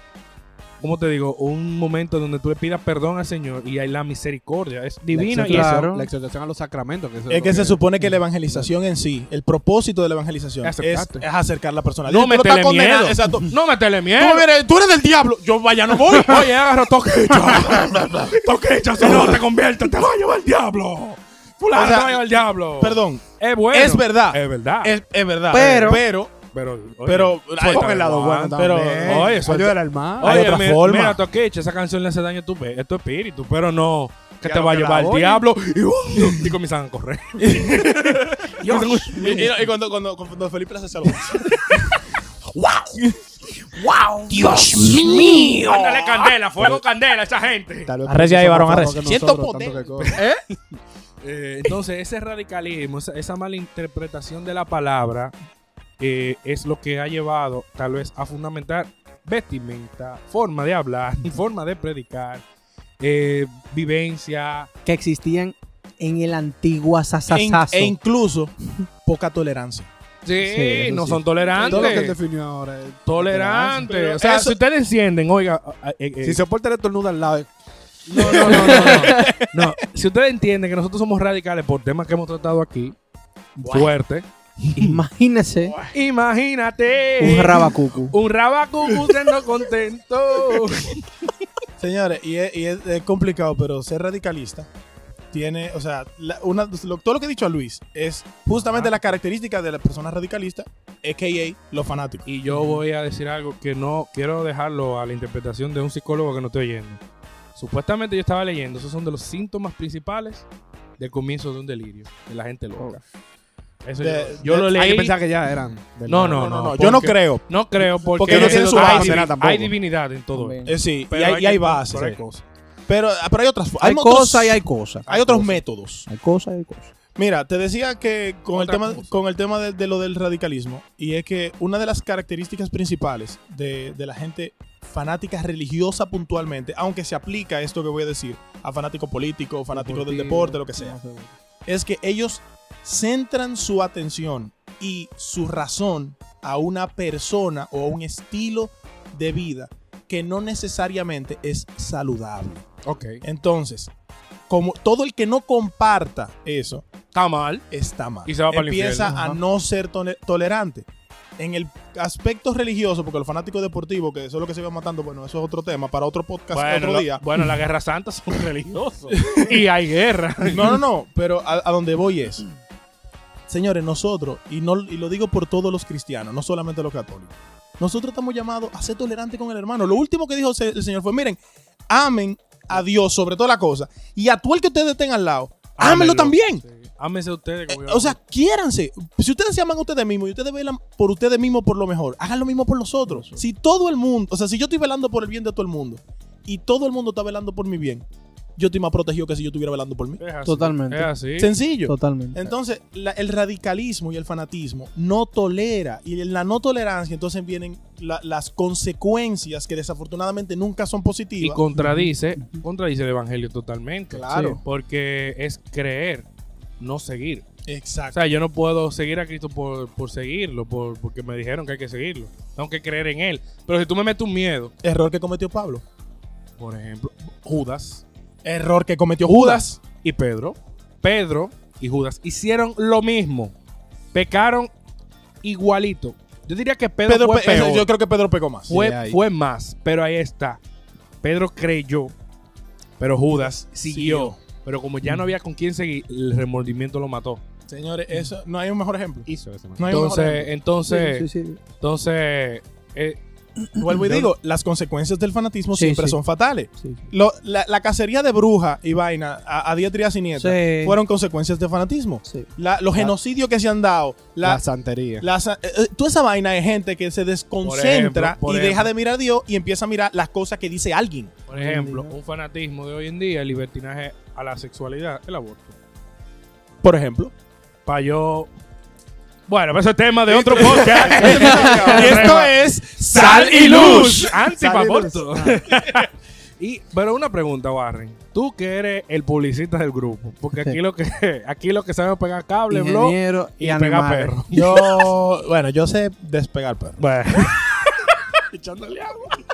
Speaker 2: ¿cómo te digo? Un momento donde tú le pidas perdón al Señor y hay la misericordia, es divina
Speaker 5: La
Speaker 2: y
Speaker 5: exhortación-
Speaker 2: eso.
Speaker 3: claro.
Speaker 5: La exhortación a los sacramentos. Que eso
Speaker 4: Es que
Speaker 5: lo
Speaker 4: se supone que la evangelización en sí, el propósito de la evangelización es,
Speaker 2: Aceptarte.
Speaker 4: es acercar a la persona a Dios.
Speaker 2: No
Speaker 4: Tú lo
Speaker 2: me
Speaker 4: estás
Speaker 2: tele miedo.
Speaker 4: condenando, Exacto. Tú
Speaker 2: No me tele miedo.
Speaker 4: me vienes, tú eres del diablo. Yo vaya, no voy.
Speaker 2: Oye, agarro toquecha. toquecha, si no te conviertes, te va a llevar el diablo. Fulano
Speaker 4: O sea,
Speaker 2: te va a llevar el diablo.
Speaker 4: Perdón.
Speaker 2: Es bueno.
Speaker 4: Es verdad.
Speaker 2: Es verdad.
Speaker 4: Es, es verdad.
Speaker 3: Pero-
Speaker 4: pero,
Speaker 2: pero, oye,
Speaker 4: pero-
Speaker 2: suelta
Speaker 4: Pon el lado
Speaker 2: guante.
Speaker 4: bueno también.
Speaker 2: Pero, oye, suelta-
Speaker 5: Ayuda al mar.
Speaker 4: Hay
Speaker 2: Oye,
Speaker 4: otra
Speaker 2: mi-
Speaker 4: forma.
Speaker 2: Mira, Toquecha, esa canción le hace daño a tu, pe- a tu espíritu, pero no. Que
Speaker 5: Ya
Speaker 2: te
Speaker 5: lo
Speaker 2: va a
Speaker 5: que la
Speaker 2: llevar el
Speaker 5: oyen.
Speaker 2: diablo. Y, uh, y comienzan a correr.
Speaker 4: y, y- y cuando, cuando, cuando Felipe le hace salud.
Speaker 2: Ándale candela, fuego candela a esa gente.
Speaker 5: Tal vez
Speaker 4: Arrecia ahí,
Speaker 5: somos
Speaker 4: varón,
Speaker 5: más
Speaker 4: arrecia.
Speaker 5: flojos que
Speaker 4: Siento
Speaker 5: nosotros, tanto
Speaker 4: poder.
Speaker 5: que co-
Speaker 2: Eh, entonces, ese radicalismo, esa, esa mala interpretación de la palabra eh, es lo que ha llevado tal vez a fundamentar vestimenta, forma de hablar, forma de predicar, eh, vivencia.
Speaker 3: que existían en el antiguo
Speaker 4: In-
Speaker 3: asasasazo.
Speaker 4: e incluso poca tolerancia.
Speaker 2: Sí,
Speaker 3: eso
Speaker 2: no
Speaker 3: sí.
Speaker 2: son tolerantes.
Speaker 5: Todo lo que él definió ahora. eh. es-
Speaker 2: tolerantes.
Speaker 4: Pero
Speaker 2: o sea,
Speaker 4: eso-
Speaker 2: si ustedes encienden, oiga. eh, eh, eh,
Speaker 5: Si se porta el estornudo al lado. eh,
Speaker 2: No, no, no, no, no. No, si ustedes entienden que nosotros somos radicales por temas que hemos tratado aquí, fuerte.
Speaker 3: Imagínese
Speaker 2: Imagínate.
Speaker 3: un rabacucu.
Speaker 2: Un rabacucu siendo contento.
Speaker 4: Señores, y es, y es- es complicado, pero ser radicalista tiene, o sea, la- una- lo- todo lo que ha dicho a Luis es justamente la característica de la persona radicalista, a.k.a. los fanáticos.
Speaker 2: Y yo voy a decir algo que no quiero dejarlo a la interpretación de un psicólogo que no estoy oyendo. Supuestamente yo estaba leyendo, esos son de los síntomas principales del comienzo de un delirio, de la gente loca. Eso
Speaker 4: Oh. De-
Speaker 2: yo, yo
Speaker 4: de-
Speaker 2: lo
Speaker 4: hay que
Speaker 2: leí.
Speaker 5: Hay que pensar que ya eran. del-
Speaker 2: No, no, no,
Speaker 4: Yo no
Speaker 2: porque-
Speaker 4: creo.
Speaker 2: No creo porque,
Speaker 4: Porque no tiene su
Speaker 2: hay,
Speaker 4: base,
Speaker 2: divi-
Speaker 4: nada tampoco.
Speaker 2: hay divinidad en todo esto.
Speaker 4: Eh, sí,
Speaker 2: Pero
Speaker 4: y hay,
Speaker 2: hay
Speaker 4: y hay
Speaker 2: que-
Speaker 4: bases.
Speaker 2: pero hay
Speaker 4: sí. Pero, ah, pero hay otras
Speaker 3: Hay
Speaker 4: otros-
Speaker 3: cosas y hay cosas.
Speaker 4: hay otros métodos.
Speaker 3: Hay cosas y hay cosas.
Speaker 4: Mira, te decía que con el
Speaker 2: Otra
Speaker 4: tema,
Speaker 2: cosa.
Speaker 4: con el tema de, de lo del radicalismo, y es que una de las características principales de, de la gente fanática religiosa puntualmente, aunque se aplica esto que voy a decir a fanático político, fanático del deporte, lo que sea, es que ellos centran su atención y su razón a una persona o a un estilo de vida que no necesariamente es saludable.
Speaker 2: Ok.
Speaker 4: Entonces, como todo el que no comparta eso,
Speaker 2: Está mal.
Speaker 4: está mal.
Speaker 2: Y se va para el
Speaker 4: Empieza
Speaker 2: infierno.
Speaker 4: a
Speaker 2: Ajá.
Speaker 4: no ser tole- tolerante. En el aspecto religioso, porque los fanáticos deportivos, que eso es lo que se va matando, bueno, eso es otro tema, para otro podcast,
Speaker 2: Bueno,
Speaker 4: otro
Speaker 2: la-
Speaker 4: día.
Speaker 2: bueno, las guerras santas son religiosos. y hay guerra.
Speaker 4: No, no, no, pero a, a donde voy es, señores, nosotros, y, no, y lo digo por todos los cristianos, no solamente los católicos, nosotros estamos llamados a ser tolerantes con el hermano. Lo último que dijo se- el Señor fue, miren, amen a Dios sobre toda la cosa, y a todo el que ustedes tengan al lado, ámenlo
Speaker 2: Ámenlo.
Speaker 4: también.
Speaker 2: Sí. Ámense ustedes.
Speaker 4: Eh,
Speaker 2: como yo.
Speaker 4: o sea, quiéranse. Si ustedes se aman a ustedes mismos y ustedes velan por ustedes mismos por lo mejor, hagan lo mismo por los otros. Si todo el mundo, o sea, si yo estoy velando por el bien de todo el mundo y todo el mundo está velando por mi bien, yo estoy más protegido que si yo estuviera velando por mí.
Speaker 2: Es así.
Speaker 3: Totalmente.
Speaker 2: Es así.
Speaker 4: Sencillo.
Speaker 3: Totalmente.
Speaker 4: Entonces, la- el radicalismo y el fanatismo no tolera. Y en la no tolerancia, entonces vienen la- las consecuencias que desafortunadamente nunca son
Speaker 2: Y
Speaker 4: positivas.
Speaker 2: contradice, contradice el evangelio totalmente.
Speaker 4: Claro.
Speaker 2: Sí. Porque es creer, no seguir. O
Speaker 4: Exacto.
Speaker 2: sea, yo no puedo seguir a Cristo por, por seguirlo, por, porque me dijeron que hay que seguirlo. Tengo que creer en él. Pero si tú me metes un miedo,
Speaker 4: Error que cometió Pablo.
Speaker 2: por ejemplo, Judas,
Speaker 4: Error que cometió Judas.
Speaker 2: Judas y Pedro, Pedro y Judas hicieron lo mismo. Pecaron igualito. Yo diría que Pedro,
Speaker 4: Pedro
Speaker 2: fue
Speaker 4: pe-
Speaker 2: peor.
Speaker 4: yo creo que Pedro pecó más.
Speaker 2: fue,
Speaker 4: Sí, ahí.
Speaker 2: fue más, pero ahí está. Pedro creyó, pero Judas siguió.
Speaker 4: Siguió.
Speaker 2: Pero como ya no había con quién seguir, el remordimiento lo mató.
Speaker 4: Señores, eso no hay un mejor ejemplo.
Speaker 5: Hizo ese man.
Speaker 4: No hay un mejor
Speaker 2: Entonces,
Speaker 4: ejemplo.
Speaker 2: entonces,
Speaker 3: Sí, sí, sí.
Speaker 2: entonces, eh,
Speaker 4: Vuelvo y digo, las consecuencias del fanatismo
Speaker 3: Sí,
Speaker 4: siempre
Speaker 3: sí.
Speaker 4: son fatales.
Speaker 3: Sí, sí.
Speaker 4: Lo- la, la cacería de brujas y vaina a, a diestra y a siniestra
Speaker 3: Sí.
Speaker 4: fueron consecuencias de fanatismo.
Speaker 3: Sí.
Speaker 4: La- los
Speaker 5: La-
Speaker 4: genocidios que se han dado,
Speaker 5: La,
Speaker 4: la,
Speaker 5: santería.
Speaker 4: la sa- eh, eh, toda esa vaina de gente que se desconcentra
Speaker 2: Por ejemplo, por
Speaker 4: y
Speaker 2: ejemplo.
Speaker 4: deja de mirar a Dios y empieza a mirar las cosas que dice alguien.
Speaker 2: por ejemplo, un fanatismo de hoy en día, el libertinaje a la sexualidad, el aborto.
Speaker 4: Por ejemplo.
Speaker 2: Para yo... Bueno, pero ese es tema de otro podcast.
Speaker 4: y esto es
Speaker 2: Sal y
Speaker 4: Sal y
Speaker 2: luz.
Speaker 4: luz.
Speaker 2: Antipaporto. Y, pero una pregunta, Warren. Tú que eres el publicista del grupo, porque aquí
Speaker 3: Sí.
Speaker 2: lo que aquí lo que saben es pegar cable, blog
Speaker 3: Ingeniero
Speaker 2: y,
Speaker 3: y,
Speaker 2: pegar
Speaker 3: animales.
Speaker 2: perro.
Speaker 4: Yo, bueno, yo sé despegar, pero
Speaker 2: Echándole agua.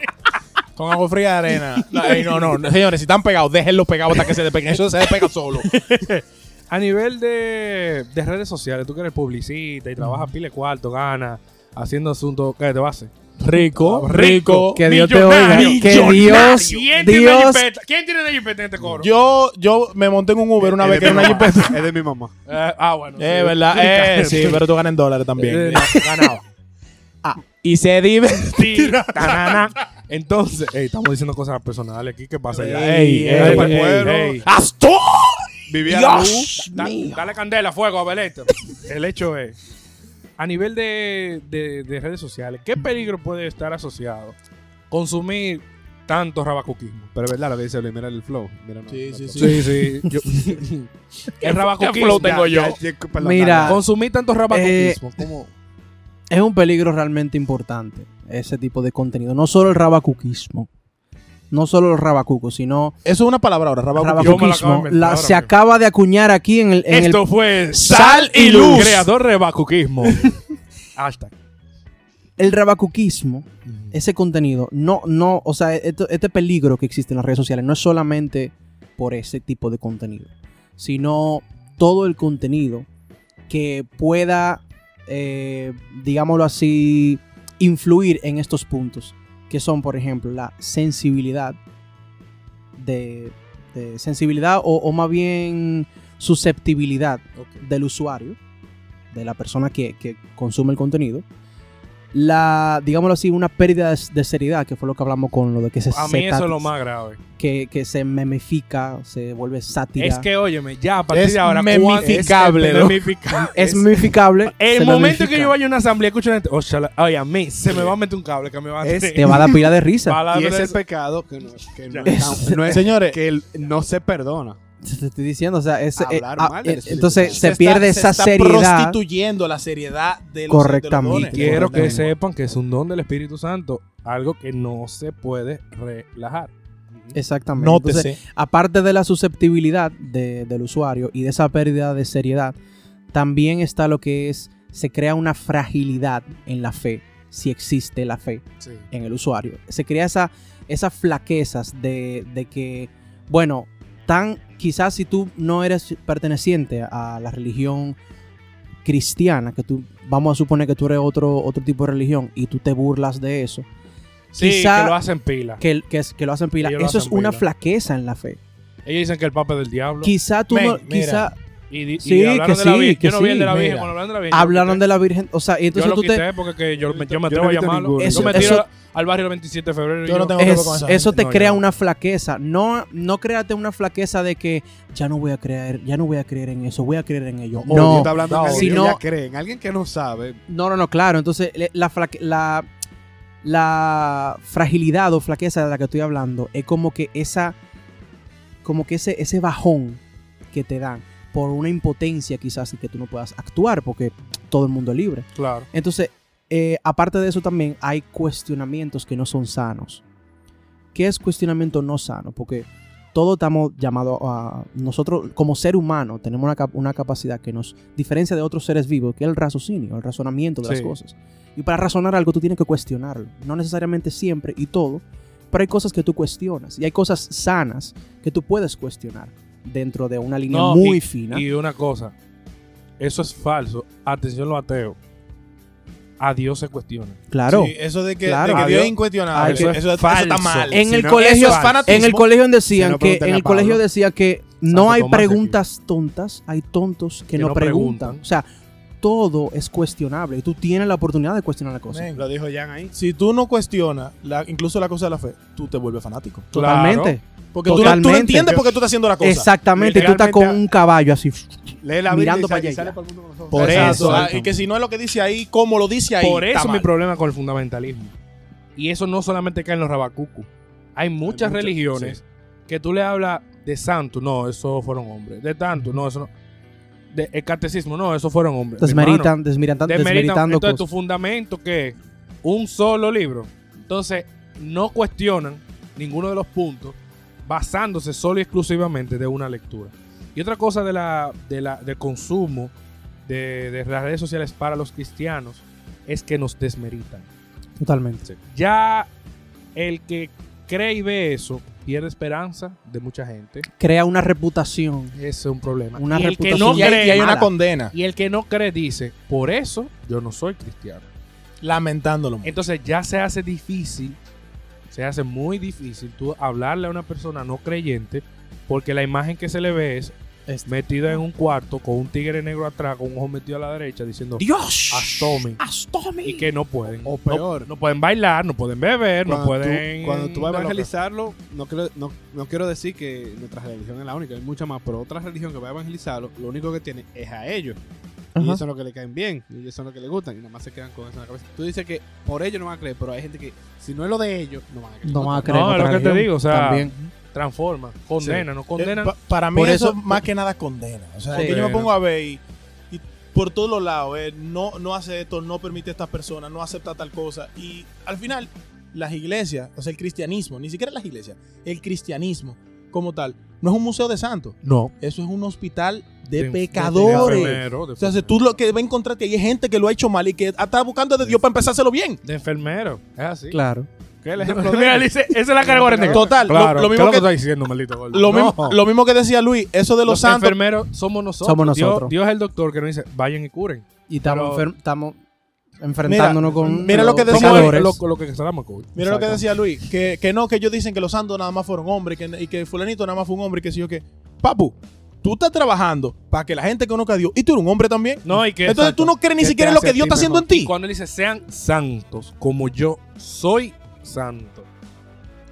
Speaker 4: con agua fría de arena. No, ey, no, no, no, señores, si están pegados, déjenlos pegados hasta que se despeguen. Eso se despega solo.
Speaker 2: A nivel de, de redes sociales, tú que eres publicista y trabajas pile cuarto, gana, haciendo asuntos que te vas a hacer.
Speaker 4: Rico,
Speaker 2: rico.
Speaker 3: Que Dios te oiga.
Speaker 2: Millonario.
Speaker 3: Que
Speaker 2: ¿Quién
Speaker 3: Dios,
Speaker 2: tiene la
Speaker 3: Dios
Speaker 2: jipeta? ¿Quién tiene la jipeta en este coro?
Speaker 4: Yo, yo me monté en un Uber una
Speaker 5: Es
Speaker 4: vez que
Speaker 5: de
Speaker 4: era
Speaker 5: mi
Speaker 4: una
Speaker 5: mamá.
Speaker 4: jipeta.
Speaker 5: Es de mi mamá.
Speaker 2: Eh, ah, bueno.
Speaker 4: Eh,
Speaker 2: sí.
Speaker 4: ¿verdad? Eh, sí, pero tú ganas en dólares
Speaker 2: Eh,
Speaker 4: también.
Speaker 2: ganaba.
Speaker 4: Y se divertía.
Speaker 2: Sí, tanana. Entonces, ey, estamos diciendo cosas personales aquí. ¿Qué pasa? ya?
Speaker 4: Ey,
Speaker 2: Dale
Speaker 4: ey,
Speaker 2: pa'l
Speaker 4: ey,
Speaker 2: pueblo.
Speaker 5: ey.
Speaker 4: ¡Astor!
Speaker 5: Vivía
Speaker 2: Da- dale candela, fuego, Abelito. El hecho es, a nivel de, de- de redes sociales, ¿qué peligro puede estar asociado consumir tanto rabacuquismo?
Speaker 5: Pero es verdad lo que dice Luis, mira el flow. Mira, no,
Speaker 4: Sí,
Speaker 5: no,
Speaker 4: sí,
Speaker 5: no.
Speaker 4: sí.
Speaker 2: sí. yo- el
Speaker 4: ¿Qué
Speaker 2: rabacuquismo.
Speaker 4: flow tengo yo?
Speaker 5: Ya, ya, perdón,
Speaker 3: Mira, eh,
Speaker 5: dale.
Speaker 2: Consumir tanto rabacuquismo. ¿cómo?
Speaker 3: es un peligro realmente importante ese tipo de contenido. No solo el rabacuquismo, no solo el rabacuco, sino
Speaker 4: Eso es una palabra ahora, rabacuquismo.
Speaker 2: Yo me la acabo de
Speaker 3: rabacuquismo.
Speaker 2: inventar
Speaker 3: La-
Speaker 2: ahora
Speaker 3: se
Speaker 2: mismo.
Speaker 3: acaba de acuñar aquí en el. en el-
Speaker 2: Esto fue
Speaker 4: Sal y Luz.
Speaker 2: Creador de rabacuquismo. Hashtag.
Speaker 3: el rabacuquismo, ese contenido, no, no, o sea, esto- este peligro que existe en las redes sociales no es solamente por ese tipo de contenido, sino todo el contenido que pueda, eh, digámoslo así, influir en estos puntos, que son, por ejemplo, la sensibilidad de, de sensibilidad o, o más bien susceptibilidad del usuario, de la persona que, que consume el contenido. La, digámoslo así, una pérdida de, de seriedad, que fue lo que hablamos con lo de que se,
Speaker 2: A mí
Speaker 3: se
Speaker 2: eso
Speaker 3: tat-
Speaker 2: es lo más grave.
Speaker 3: que, que se memifica, se vuelve sátira.
Speaker 2: Es que, óyeme, ya a partir
Speaker 4: Es
Speaker 2: de ahora...
Speaker 4: memificable,
Speaker 2: cuan-
Speaker 4: ¿no?
Speaker 2: memificable.
Speaker 3: es memificable.
Speaker 2: El
Speaker 3: se
Speaker 2: momento que
Speaker 3: memifica.
Speaker 2: yo vaya a una asamblea, escucho a la gente, "Ojalá- ay, a mí se me va a meter un cable que me va a
Speaker 5: Es-
Speaker 3: Te va a dar pila de risa.
Speaker 2: Palabra
Speaker 5: Y es
Speaker 2: de-
Speaker 5: el pecado que no, que no,
Speaker 3: Es-
Speaker 5: no es
Speaker 4: Señores,
Speaker 5: eh, que el- no se perdona.
Speaker 3: Te estoy diciendo, o sea, ese, eh,
Speaker 5: Hablar
Speaker 3: ah,
Speaker 5: mal
Speaker 3: eh,
Speaker 5: del Espíritu
Speaker 3: entonces
Speaker 5: Santo.
Speaker 3: se, pierde
Speaker 4: está,
Speaker 3: esa
Speaker 4: se está
Speaker 3: seriedad.
Speaker 4: prostituyendo la seriedad de los
Speaker 3: Correctamente.
Speaker 4: de los dones.
Speaker 2: Quiero que
Speaker 3: Correctamente.
Speaker 2: sepan que es un don del Espíritu Santo, algo que no se puede relajar.
Speaker 3: Exactamente. Entonces,
Speaker 4: Nótese.
Speaker 3: aparte de la susceptibilidad de- del usuario y de esa pérdida de seriedad, también está lo que es, se crea una fragilidad en la fe, si existe la fe en el usuario. Se crea esa, esas flaquezas de, de que, bueno, tan quizás si tú no eres perteneciente a la religión cristiana, que tú, vamos a suponer que tú eres otro, otro tipo de religión y tú te burlas de eso,
Speaker 2: Sí,
Speaker 3: Quizá-
Speaker 2: que lo hacen pila.
Speaker 3: que, que, es- que lo hacen pila,
Speaker 2: Ellos
Speaker 3: eso
Speaker 2: lo
Speaker 3: es
Speaker 2: hacen
Speaker 3: una
Speaker 2: pila.
Speaker 3: flaqueza en la fe.
Speaker 2: Ellos dicen que el Papa es del diablo.
Speaker 3: Quizá tú
Speaker 4: Men,
Speaker 3: no,
Speaker 4: mira.
Speaker 3: quizá
Speaker 2: Y, di- y
Speaker 3: Sí,
Speaker 2: hablaron
Speaker 3: que
Speaker 2: de la
Speaker 3: sí,
Speaker 2: Virgen.
Speaker 3: que
Speaker 2: yo no vi el de la
Speaker 3: sí,
Speaker 2: Virgen.
Speaker 3: mira.
Speaker 2: Cuando hablaron de la Virgen.
Speaker 3: hablaron de
Speaker 2: yo
Speaker 3: la Virgen, o
Speaker 2: lo
Speaker 3: sea, y
Speaker 2: quité. Yo
Speaker 3: entonces
Speaker 2: lo
Speaker 3: tú te...
Speaker 2: quité porque que yo, me, yo me
Speaker 5: Yo
Speaker 2: atrevo
Speaker 5: no
Speaker 2: a
Speaker 5: he visto
Speaker 2: llamarlo.
Speaker 5: ninguno.
Speaker 2: yo me tiro
Speaker 3: Eso- eso-
Speaker 2: al barrio el 27 de febrero. y
Speaker 4: Yo no tengo-
Speaker 3: es-
Speaker 4: que ver con esa gente.
Speaker 3: eso te
Speaker 2: No, yo
Speaker 3: crea
Speaker 2: no.
Speaker 3: una flaqueza. No, no créate una flaqueza de que ya no voy a creer, ya no voy a creer en eso, voy a creer en ello.
Speaker 5: Odio,
Speaker 3: no,
Speaker 5: está hablando
Speaker 2: no,
Speaker 5: en alguien
Speaker 3: sino-
Speaker 5: que ya cree, en alguien que no sabe.
Speaker 3: no, no, no, claro. Entonces, le- la, flaque- la, la fragilidad o flaqueza de la que estoy hablando es como que esa como que ese, ese bajón que te dan por una impotencia quizás y que tú no puedas actuar porque todo el mundo es libre.
Speaker 2: Claro.
Speaker 3: Entonces, eh, aparte de eso también hay cuestionamientos que no son sanos. ¿Qué es cuestionamiento no sano? Porque todos estamos llamados a... Nosotros como ser humano tenemos una, cap- una capacidad que nos diferencia de otros seres vivos, que es el raciocinio, el razonamiento de las
Speaker 2: Sí.
Speaker 3: cosas. Y para razonar algo tú tienes que cuestionarlo. No necesariamente siempre y todo, pero hay cosas que tú cuestionas. Y hay cosas sanas que tú puedes cuestionar dentro de una línea
Speaker 2: No,
Speaker 3: muy fina.
Speaker 2: Y una cosa, eso es falso. Atención los ateos. A Dios se cuestiona.
Speaker 3: claro.
Speaker 4: Sí, eso de que, de
Speaker 3: Claro.
Speaker 4: que Dios
Speaker 2: Adiós.
Speaker 4: es incuestionable.
Speaker 3: Ay,
Speaker 4: Eso,
Speaker 2: que-
Speaker 4: eso- eso
Speaker 2: falso.
Speaker 4: está mal.
Speaker 3: en
Speaker 2: Si
Speaker 3: el
Speaker 2: no,
Speaker 4: eso
Speaker 3: colegio
Speaker 4: es fanatismo.
Speaker 3: en el colegio decían
Speaker 5: Si no,
Speaker 3: que en
Speaker 5: pregúntale
Speaker 3: el
Speaker 5: a Pablo.
Speaker 3: colegio decía que no hay
Speaker 2: Tomás aquí.
Speaker 3: preguntas tontas hay tontos que, no, preguntan. o sea todo es cuestionable y tú tienes la oportunidad de cuestionar la cosa
Speaker 4: Men,
Speaker 5: Lo dijo Jan ahí.
Speaker 4: Si tú no cuestionas la- incluso la cosa de la fe, tú te vuelves fanático.
Speaker 3: totalmente
Speaker 4: Porque tú no- tú no,
Speaker 3: Totalmente.
Speaker 4: entiendes por qué tú estás haciendo la cosa.
Speaker 3: exactamente y tú estás con un caballo así
Speaker 5: Lee la
Speaker 3: Mirando
Speaker 5: Mirando
Speaker 3: para
Speaker 5: para
Speaker 3: allá.
Speaker 5: sale para el mundo con los ojos.
Speaker 4: Por
Speaker 2: Exacto.
Speaker 4: eso. ah, y que si no es lo que dice ahí, como lo dice ahí.
Speaker 2: Por
Speaker 4: está
Speaker 2: eso mi
Speaker 4: mal.
Speaker 2: problema con el fundamentalismo. Y eso no solamente cae en los rabacucu. Hay muchas
Speaker 4: muchas-
Speaker 2: religiones que tú le hablas de santo, no, eso fueron hombres. De tanto, no, eso no. De, el catecismo, no, eso fueron hombres. Mi hermano,
Speaker 3: desmeritan desmeritan
Speaker 2: desmeritan.
Speaker 3: desmeritando
Speaker 2: Entonces, tu
Speaker 3: cosas
Speaker 2: fundamento que es un solo libro. Entonces, no cuestionan ninguno de los puntos basándose solo y exclusivamente de una lectura. Y otra cosa de la, de la- del consumo de, de las redes sociales para los cristianos es que nos desmeritan.
Speaker 3: totalmente
Speaker 2: Ya el que cree y ve eso pierde esperanza de mucha gente.
Speaker 3: crea una reputación
Speaker 2: Ese es un problema.
Speaker 3: Una
Speaker 2: y el que
Speaker 3: reputación.
Speaker 2: no
Speaker 4: y, hay,
Speaker 2: cree,
Speaker 4: y hay una
Speaker 3: mala.
Speaker 4: condena.
Speaker 2: y el que no cree dice, por eso yo no soy cristiano.
Speaker 4: Lamentándolo. mucho.
Speaker 2: Entonces ya se hace difícil, se hace muy difícil tú hablarle a una persona no creyente porque la imagen que se le ve es
Speaker 3: Este.
Speaker 2: metida en un cuarto con un tigre negro atrás, con un ojo metido a la derecha diciendo
Speaker 3: Dios
Speaker 2: Astomen. y que no pueden.
Speaker 5: O
Speaker 2: No-
Speaker 5: peor.
Speaker 2: No, pueden bailar, no pueden beber, no
Speaker 5: Cuando
Speaker 2: pueden...
Speaker 5: tú, cuando tú vas a
Speaker 2: de lo que-
Speaker 5: evangelizarlo, no quiero, no, no quiero decir que nuestra religión es la única, hay mucha más, pero otra religión que va a evangelizarlo, lo único que tiene es a ellos. Y
Speaker 3: Ajá.
Speaker 5: eso es lo que le caen bien, y eso es lo que le gustan, y nada más se quedan con eso en la cabeza. Tú dices que por ellos no van a creer, pero hay gente que si no es lo de ellos, no van a creer.
Speaker 3: no van a creer en
Speaker 2: No, es lo
Speaker 3: otra
Speaker 2: que te
Speaker 3: religión.
Speaker 2: digo, o sea,
Speaker 3: También.
Speaker 2: transforma, condena, no condena.
Speaker 4: Eh, pa- para mí
Speaker 3: Por
Speaker 4: eso,
Speaker 3: eso-
Speaker 4: más que nada condena. O sea,
Speaker 3: Sí.
Speaker 4: que yo me
Speaker 2: Condena.
Speaker 4: pongo a ver y, y por todos los lados, eh, no, no hace esto, no permite a estas personas, no acepta tal cosa. Y al final, las iglesias, o sea, el cristianismo, ni siquiera las iglesias, el cristianismo como tal, no es un museo de santos,
Speaker 2: no.
Speaker 4: eso es un hospital de,
Speaker 2: De- de- de
Speaker 4: pecadores.
Speaker 2: enfermero, de
Speaker 4: o sea, si tú lo que va a encontrarte ahí es gente que lo ha hecho mal y que está buscando de Dios para empezárselo bien.
Speaker 2: De enfermero, es así.
Speaker 3: claro
Speaker 5: ¿Qué es el ejemplo de
Speaker 2: Mira,
Speaker 5: ellos?
Speaker 2: dice, esa es la cara de Guareneca.
Speaker 4: Total, lo-
Speaker 2: Claro,
Speaker 4: lo
Speaker 2: ¿qué
Speaker 4: mismo
Speaker 2: es
Speaker 4: que-
Speaker 2: lo que está diciendo, maldito gordo?
Speaker 4: Lo,
Speaker 2: No.
Speaker 4: mismo, lo mismo que decía Luis, eso de los,
Speaker 2: los
Speaker 4: santos.
Speaker 2: enfermeros somos nosotros.
Speaker 3: Somos
Speaker 2: Dios-
Speaker 3: nosotros.
Speaker 2: Dios, es el doctor que nos dice, vayan y curen.
Speaker 3: y estamos
Speaker 2: Pero-
Speaker 3: enfer- estamos enfrentándonos con
Speaker 4: mira lo que
Speaker 3: los
Speaker 4: decía-
Speaker 2: Somos
Speaker 3: pecadores.
Speaker 2: lo, lo que estamos COVID.
Speaker 4: Mira lo que
Speaker 3: Exacto.
Speaker 4: decía Luis, que, que no, que ellos dicen que los santos nada más fueron hombres que, y que fulanito nada más fue un hombre y que sé yo que. Papu, tú estás trabajando para que la gente conozca a Dios y tú eres un hombre también.
Speaker 2: No, y que,
Speaker 4: Entonces tú no crees ni
Speaker 2: que
Speaker 4: siquiera
Speaker 2: te
Speaker 4: en lo que
Speaker 2: hace
Speaker 4: Dios
Speaker 2: a ti
Speaker 4: está haciendo
Speaker 2: mejor.
Speaker 4: en ti.
Speaker 2: Y Cuando él dice, sean santos como yo soy santo.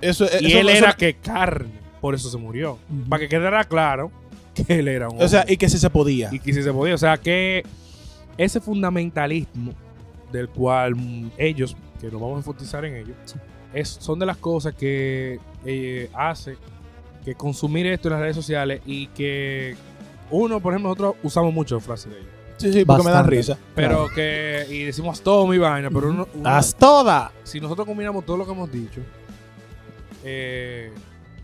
Speaker 4: Eso, Eh, eso-
Speaker 2: y él
Speaker 4: eso-
Speaker 2: era que carne, por eso se murió. Para que quedara claro que él era un hombre.
Speaker 4: O sea, y que si se podía.
Speaker 2: y que si se podía. O sea, que ese fundamentalismo del cual mm, ellos, que nos vamos a enfatizar en ellos, es, son de las cosas que eh, hace que consumir esto en las redes sociales y que uno, por ejemplo, nosotros usamos mucho frases de ellos.
Speaker 4: sí, sí, porque me dan
Speaker 3: Bastante.
Speaker 4: risa.
Speaker 2: Pero que, y decimos todo mi vaina, pero uno, uno-
Speaker 4: Haz toda.
Speaker 2: si nosotros combinamos todo lo que hemos dicho, eh,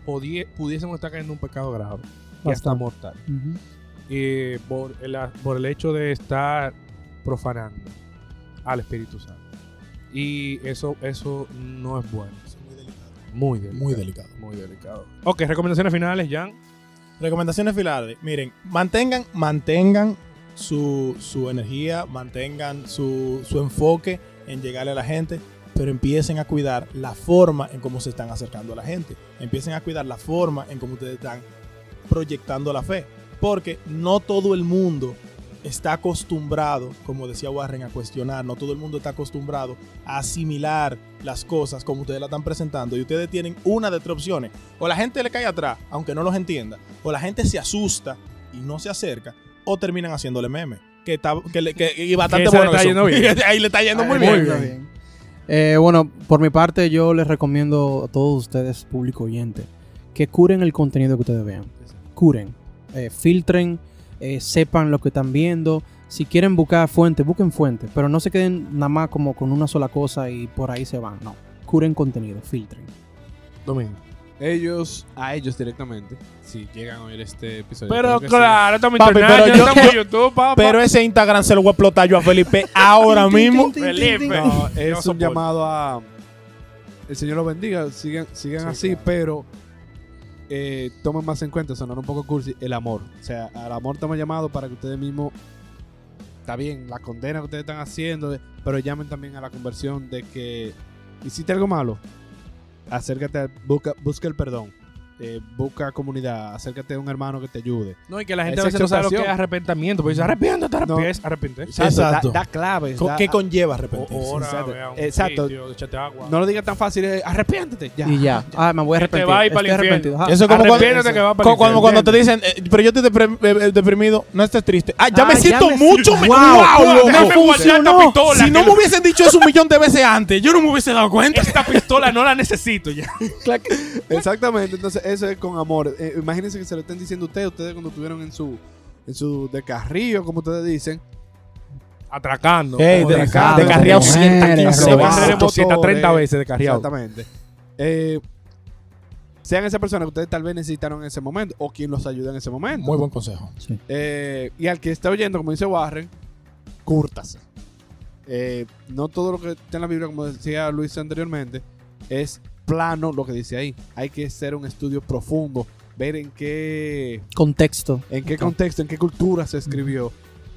Speaker 2: podie- pudiésemos estar cayendo en un pecado grave y hasta
Speaker 3: Bastante.
Speaker 2: mortal
Speaker 3: Ujú.
Speaker 2: eh, por, el, a- por el hecho de estar profanando al Espíritu Santo. Y eso, eso no es bueno. Muy delicado.
Speaker 4: Muy delicado.
Speaker 2: Muy delicado. Ok, recomendaciones finales, Jan.
Speaker 4: Recomendaciones finales. Miren, mantengan, mantengan su, su energía, mantengan su, su enfoque en llegarle a la gente, pero empiecen a cuidar la forma en cómo se están acercando a la gente. Empiecen a cuidar la forma en cómo ustedes están proyectando la fe. Porque no todo el mundo está acostumbrado, como decía Warren, a cuestionar. No todo el mundo está acostumbrado a asimilar las cosas como ustedes la están presentando. Y ustedes tienen una de tres opciones. O la gente le cae atrás, aunque no los entienda. O la gente se asusta y no se acerca. O terminan haciéndole meme. Que, está, que, le- que- y bastante
Speaker 2: esa le
Speaker 4: bueno
Speaker 2: está
Speaker 4: eso.
Speaker 2: yendo bien.
Speaker 4: Ahí le está yendo muy,
Speaker 3: Muy
Speaker 4: bien.
Speaker 3: bien. Eh, bueno, por mi parte yo les recomiendo a todos ustedes, público oyente, que curen el contenido que ustedes vean. Curen, eh, filtren, eh, sepan lo que están viendo. Si quieren buscar fuentes, busquen fuentes, pero no se queden nada más como con una sola cosa y por ahí se van. No, curen contenido, filtren.
Speaker 2: Domingo.
Speaker 5: Ellos, a ellos directamente, si llegan a oír este episodio.
Speaker 2: Pero
Speaker 5: creo que sí.
Speaker 2: claro, estamos en
Speaker 4: Papi,
Speaker 2: internet,
Speaker 4: pero
Speaker 2: ya
Speaker 4: yo-
Speaker 2: estamos en
Speaker 4: yo-
Speaker 2: YouTube, papá.
Speaker 4: Pero ese Instagram se lo voy a explotar yo a Felipe ahora mismo.
Speaker 2: Felipe.
Speaker 5: No,
Speaker 2: No
Speaker 5: es un
Speaker 2: soporto.
Speaker 5: llamado a. El Señor los bendiga, sigan, sigan
Speaker 2: Sí,
Speaker 5: así,
Speaker 2: claro.
Speaker 5: pero eh, tomen más en cuenta, sonar un poco cursi, el amor. O sea, al amor estamos llamados para que ustedes mismos. Está bien, la condena que ustedes están haciendo, de- pero llamen también a la conversión de que hiciste algo malo. Acércate, a- busca, busca el perdón. eh, busca comunidad, acércate a un hermano que te ayude.
Speaker 2: No, y que la gente
Speaker 5: Esa
Speaker 2: a veces no sabe lo que es
Speaker 5: exhortación.
Speaker 2: arrepentimiento. Porque dice, arrepiéntate,
Speaker 5: No.
Speaker 2: arrepiéntete, arrepiéntete.
Speaker 4: Exacto.
Speaker 5: Da, da claves.
Speaker 4: Co-
Speaker 5: da-
Speaker 4: ¿Qué conlleva
Speaker 2: O-
Speaker 4: arrepentirse?
Speaker 2: ora,
Speaker 5: exacto.
Speaker 2: ve a un
Speaker 5: Exacto.
Speaker 2: sitio, échate agua.
Speaker 5: no lo digas tan fácil, eh, arrepiéntete. Ya.
Speaker 3: Y ya. Ah, me voy a
Speaker 2: Que te
Speaker 3: arrepentir.
Speaker 2: va a ir
Speaker 3: Estoy
Speaker 2: pa'l infierno.
Speaker 3: arrepentido. Ah,
Speaker 4: Eso es como cuando,
Speaker 2: Arrepiéntete que va para
Speaker 4: co-
Speaker 2: el
Speaker 4: cuando,
Speaker 2: infierno.
Speaker 4: cuando te dicen, eh, pero yo estoy depre- eh, eh, deprimido, no estás triste. Ah, ya
Speaker 3: Ah,
Speaker 4: me
Speaker 3: ya
Speaker 4: siento
Speaker 3: me-
Speaker 4: mucho.
Speaker 3: Wow,
Speaker 4: me-
Speaker 3: wow,
Speaker 4: loco.
Speaker 3: déjame
Speaker 4: Funcionó.
Speaker 2: guardar esta pistola,
Speaker 4: Si no
Speaker 2: que
Speaker 4: me
Speaker 2: lo-
Speaker 4: hubiesen dicho eso un millón de veces antes, yo no me hubiese dado cuenta.
Speaker 2: Esta pistola no la necesito ya.
Speaker 5: Exactamente, entonces eso es con amor. Eh, imagínense que se lo estén diciendo ustedes, ustedes cuando estuvieron en su en su descarrío, como ustedes dicen.
Speaker 2: Atracando.
Speaker 4: Ey,
Speaker 2: Como
Speaker 4: de-
Speaker 2: atracando.
Speaker 4: de carriao
Speaker 2: Como-
Speaker 4: 115
Speaker 2: Se
Speaker 4: robado. veces.
Speaker 2: va a hacer
Speaker 5: robado,
Speaker 2: hemos 130
Speaker 5: eh,
Speaker 2: veces de carriado.
Speaker 5: Exactamente. Eh, sean esa persona que ustedes tal vez necesitaron en ese momento o quien los ayuda en ese momento.
Speaker 4: Muy buen consejo.
Speaker 3: sí.
Speaker 5: Eh, y al que está oyendo, como dice Warren, cúrtase. Eh, no todo lo que está en la Biblia, como decía Luis anteriormente, es plano lo que dice ahí. Hay que hacer un estudio profundo, ver en qué
Speaker 3: Contexto.
Speaker 5: en qué contexto, en qué cultura se escribió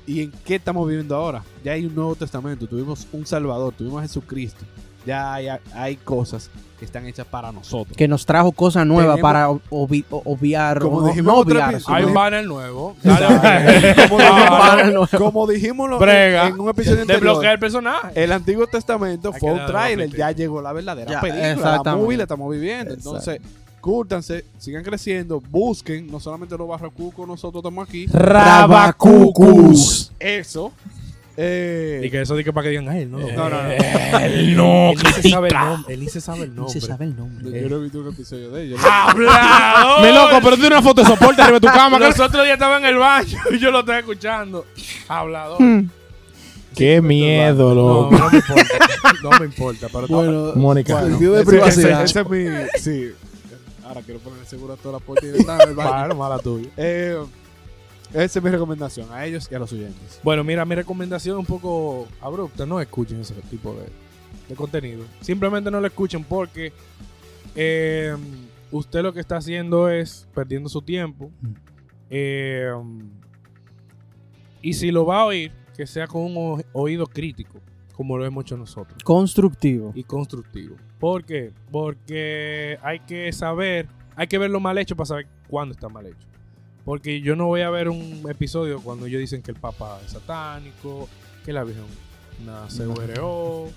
Speaker 5: y en qué estamos viviendo ahora. Ya hay un Nuevo Testamento, tuvimos un Salvador, tuvimos a Jesucristo. Ya hay, hay cosas que están hechas para nosotros.
Speaker 3: Que nos trajo cosas nuevas
Speaker 5: Tenemos-
Speaker 3: para obvi- o- obviar.
Speaker 5: Como
Speaker 3: o-
Speaker 5: dijimos
Speaker 3: no
Speaker 5: otra
Speaker 3: obviar.
Speaker 5: vez,
Speaker 3: sí,
Speaker 2: Hay
Speaker 3: no.
Speaker 2: un banner nuevo. Dale,
Speaker 5: Como dijimos-
Speaker 3: Para lo-
Speaker 5: Como dijimos lo-
Speaker 2: Brega.
Speaker 5: en un episodio anterior,
Speaker 2: Desbloquea el personaje.
Speaker 5: el Antiguo Testamento
Speaker 2: Hay
Speaker 5: fue
Speaker 2: que
Speaker 5: un
Speaker 2: darle
Speaker 5: tráiler,
Speaker 2: la
Speaker 5: ya llegó la verdadera
Speaker 3: Ya,
Speaker 5: película, la
Speaker 3: exactamente.
Speaker 5: movie la estamos viviendo. Entonces, cúrtanse, sigan creciendo, busquen, no solamente los barracucos, nosotros estamos aquí.
Speaker 4: Rabacucus.
Speaker 5: Eso. eh,
Speaker 2: Y que eso diga para que digan, ay, no.
Speaker 5: no, no, no.
Speaker 4: El no.
Speaker 2: Él se sabe el nombre. Él se sabe el
Speaker 3: No se
Speaker 2: nombre.
Speaker 3: sabe el nombre.
Speaker 5: Yo no he visto un episodio de ellos.
Speaker 2: ¡Hablador!
Speaker 4: Me loco, pero tiene una foto de soporte arriba de tu cama.
Speaker 2: Los otros días estaba en el baño y yo lo estaba escuchando. Hablador.
Speaker 4: Qué miedo,
Speaker 2: No, no me importa. No me importa. Pero
Speaker 5: Bueno,
Speaker 4: Mónica.
Speaker 5: sentido de
Speaker 2: Ese-
Speaker 5: privacidad.
Speaker 2: ese-
Speaker 5: es mi. Sí. Ahora quiero poner seguro a toda la puerta y nada, el baño.
Speaker 4: Claro, mala tuya.
Speaker 5: Eh, esa es mi recomendación a ellos y a los oyentes.
Speaker 2: Bueno, mira, mi recomendación es un poco abrupta. No escuchen ese tipo de, de contenido. Simplemente no lo escuchen porque eh, usted lo que está haciendo es perdiendo su tiempo. Eh, y si lo va a oír, que sea con un o- oído crítico, como lo hemos hecho nosotros
Speaker 3: Constructivo.
Speaker 2: y constructivo. ¿Por qué? Porque hay que saber, hay que ver lo mal hecho para saber cuándo está mal hecho. Porque yo no voy a ver un episodio cuando ellos dicen que el Papa es satánico, que la Virgen una CWRO,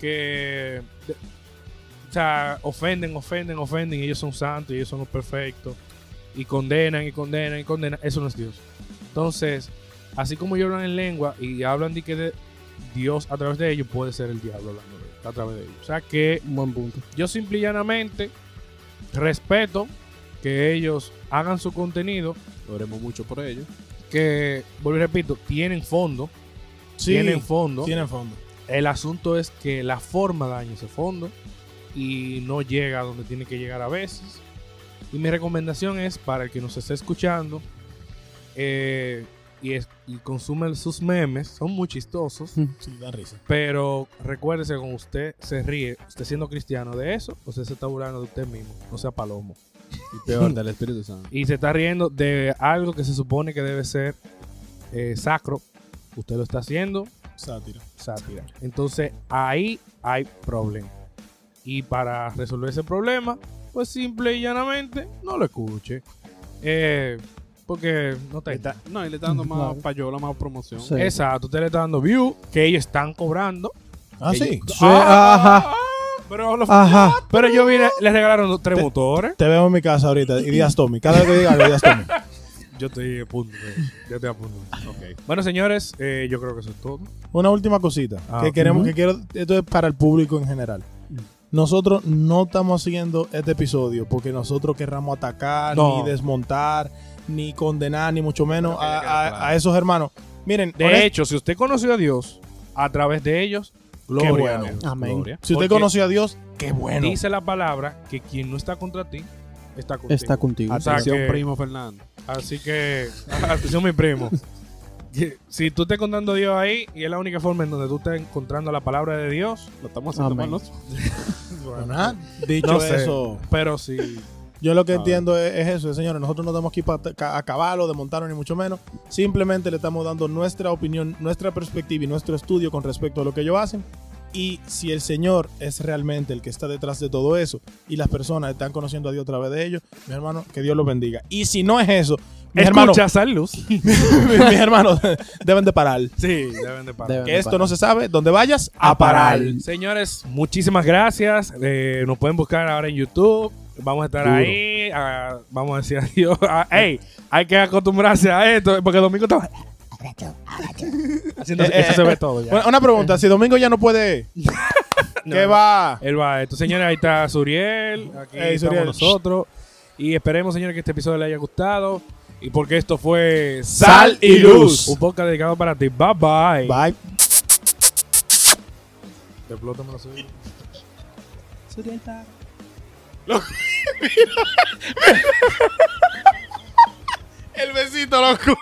Speaker 2: que. de- o sea, ofenden, ofenden, ofenden, y ellos son santos, y ellos son los perfectos, y condenan, y condenan, y condenan. Eso no es Dios. Entonces, así como ellos hablan en lengua y hablan de que de- Dios a través de ellos puede ser el diablo hablando de- a través de ellos. O sea que
Speaker 3: Un buen punto.
Speaker 2: yo simple y llanamente respeto que ellos hagan su contenido,
Speaker 5: Oremos mucho por ellos.
Speaker 2: que, vuelvo y repito, tienen fondo,
Speaker 4: Sí,
Speaker 2: tienen fondo.
Speaker 4: tienen fondo.
Speaker 2: El asunto es que la forma daña ese fondo y no llega a donde tiene que llegar a veces. Y mi recomendación es para el que nos esté escuchando eh, y, es- y consume sus memes, son muy chistosos.
Speaker 4: Sí, dan risa.
Speaker 2: Pero recuérdese, cuando usted se ríe, usted siendo cristiano de eso, usted se está burlando de usted mismo, no sea palomo.
Speaker 5: Y peor, del Espíritu Santo.
Speaker 2: Y se está riendo de algo que se supone que debe ser eh, sacro. Usted lo está haciendo
Speaker 4: Sátira.
Speaker 2: sátira. Entonces ahí hay problema. Y para resolver ese problema, pues simple y llanamente no lo escuche. Eh, porque no
Speaker 5: Le
Speaker 2: te
Speaker 5: está- no, y le está dando más
Speaker 3: Claro.
Speaker 5: payola, más promoción.
Speaker 3: Sí.
Speaker 2: Exacto, usted le está dando view que ellos están cobrando.
Speaker 4: Ah,
Speaker 5: Ellos-
Speaker 4: sí.
Speaker 2: Ah, Pero lo
Speaker 3: Ajá.
Speaker 2: Pero yo vine, les regalaron los tres motores.
Speaker 4: Te veo en mi casa ahorita y digas Tommy. Cada vez que diga algo, digas Tommy.
Speaker 2: Yo estoy a punto. Yo estoy a punto. Bueno, señores, eh, yo creo que eso es todo.
Speaker 4: Una última cosita
Speaker 2: Ah,
Speaker 4: que queremos,
Speaker 3: ujú.
Speaker 4: que quiero, esto es para el público en general. Nosotros no estamos haciendo este episodio porque nosotros querramos atacar,
Speaker 2: No.
Speaker 4: ni desmontar, ni condenar, ni mucho menos
Speaker 2: Creo que ya
Speaker 4: a,
Speaker 2: queda
Speaker 4: a-
Speaker 2: claro.
Speaker 4: a esos hermanos. Miren,
Speaker 2: De
Speaker 4: honest-
Speaker 2: hecho, si usted conoció a Dios a través de ellos, gloria
Speaker 4: bueno.
Speaker 2: a Dios.
Speaker 3: Amén.
Speaker 2: Gloria.
Speaker 4: si usted
Speaker 2: Porque
Speaker 4: conoció a Dios, qué bueno.
Speaker 2: Dice la palabra que quien no está contra ti, está contigo.
Speaker 3: Está contigo.
Speaker 2: O sea
Speaker 5: Atención,
Speaker 2: que-
Speaker 5: primo Fernando.
Speaker 2: Así que, atención mi primo. Que Si tú estás encontrando a Dios ahí y es la única forma en donde tú estás encontrando la palabra de Dios,
Speaker 5: Lo estamos haciendo
Speaker 3: Amén.
Speaker 5: mal nosotros.
Speaker 4: Bueno, nada, dicho
Speaker 2: No sé.
Speaker 4: eso,
Speaker 2: pero si
Speaker 4: yo lo que
Speaker 5: Ah.
Speaker 4: entiendo es, es eso, señores. Nosotros no estamos aquí para acabarlo, desmontarlo, ni mucho menos. Simplemente le estamos dando nuestra opinión, nuestra perspectiva y nuestro estudio con respecto a lo que ellos hacen. Y si el Señor es realmente el que está detrás de todo eso y las personas están conociendo a Dios a través de ellos, mi hermano, que Dios los bendiga. Y si no es eso, mis hermanos,
Speaker 2: escuchas a luz,
Speaker 4: mis hermanos deben de parar.
Speaker 2: sí, deben de parar.
Speaker 3: Deben
Speaker 4: Que
Speaker 3: de
Speaker 4: esto
Speaker 3: parar.
Speaker 4: no se sabe, donde vayas, a parar.
Speaker 2: Señores, muchísimas gracias. Eh, nos pueden buscar ahora en YouTube. Vamos a estar
Speaker 5: Duro.
Speaker 2: ahí. ah, vamos a decir adiós. Ah, ¡Ey! Hay que acostumbrarse a esto porque el domingo está. Haciendo-
Speaker 4: Eh, eh,
Speaker 2: eso se ve todo ya.
Speaker 4: Bueno, una pregunta, si Domingo ya no puede,
Speaker 2: No,
Speaker 4: ¿qué
Speaker 2: no.
Speaker 4: va?
Speaker 2: Él va a esto. Señores, ahí está Suriel. Aquí
Speaker 4: Ey,
Speaker 2: estamos
Speaker 4: Suriel.
Speaker 2: nosotros. Y esperemos, señores, que este episodio les haya gustado. Y porque esto fue
Speaker 4: Sal y Luz.
Speaker 2: Un podcast dedicado para ti. Bye bye.
Speaker 4: Bye.
Speaker 2: Explótame los oídos.
Speaker 4: El besito loco.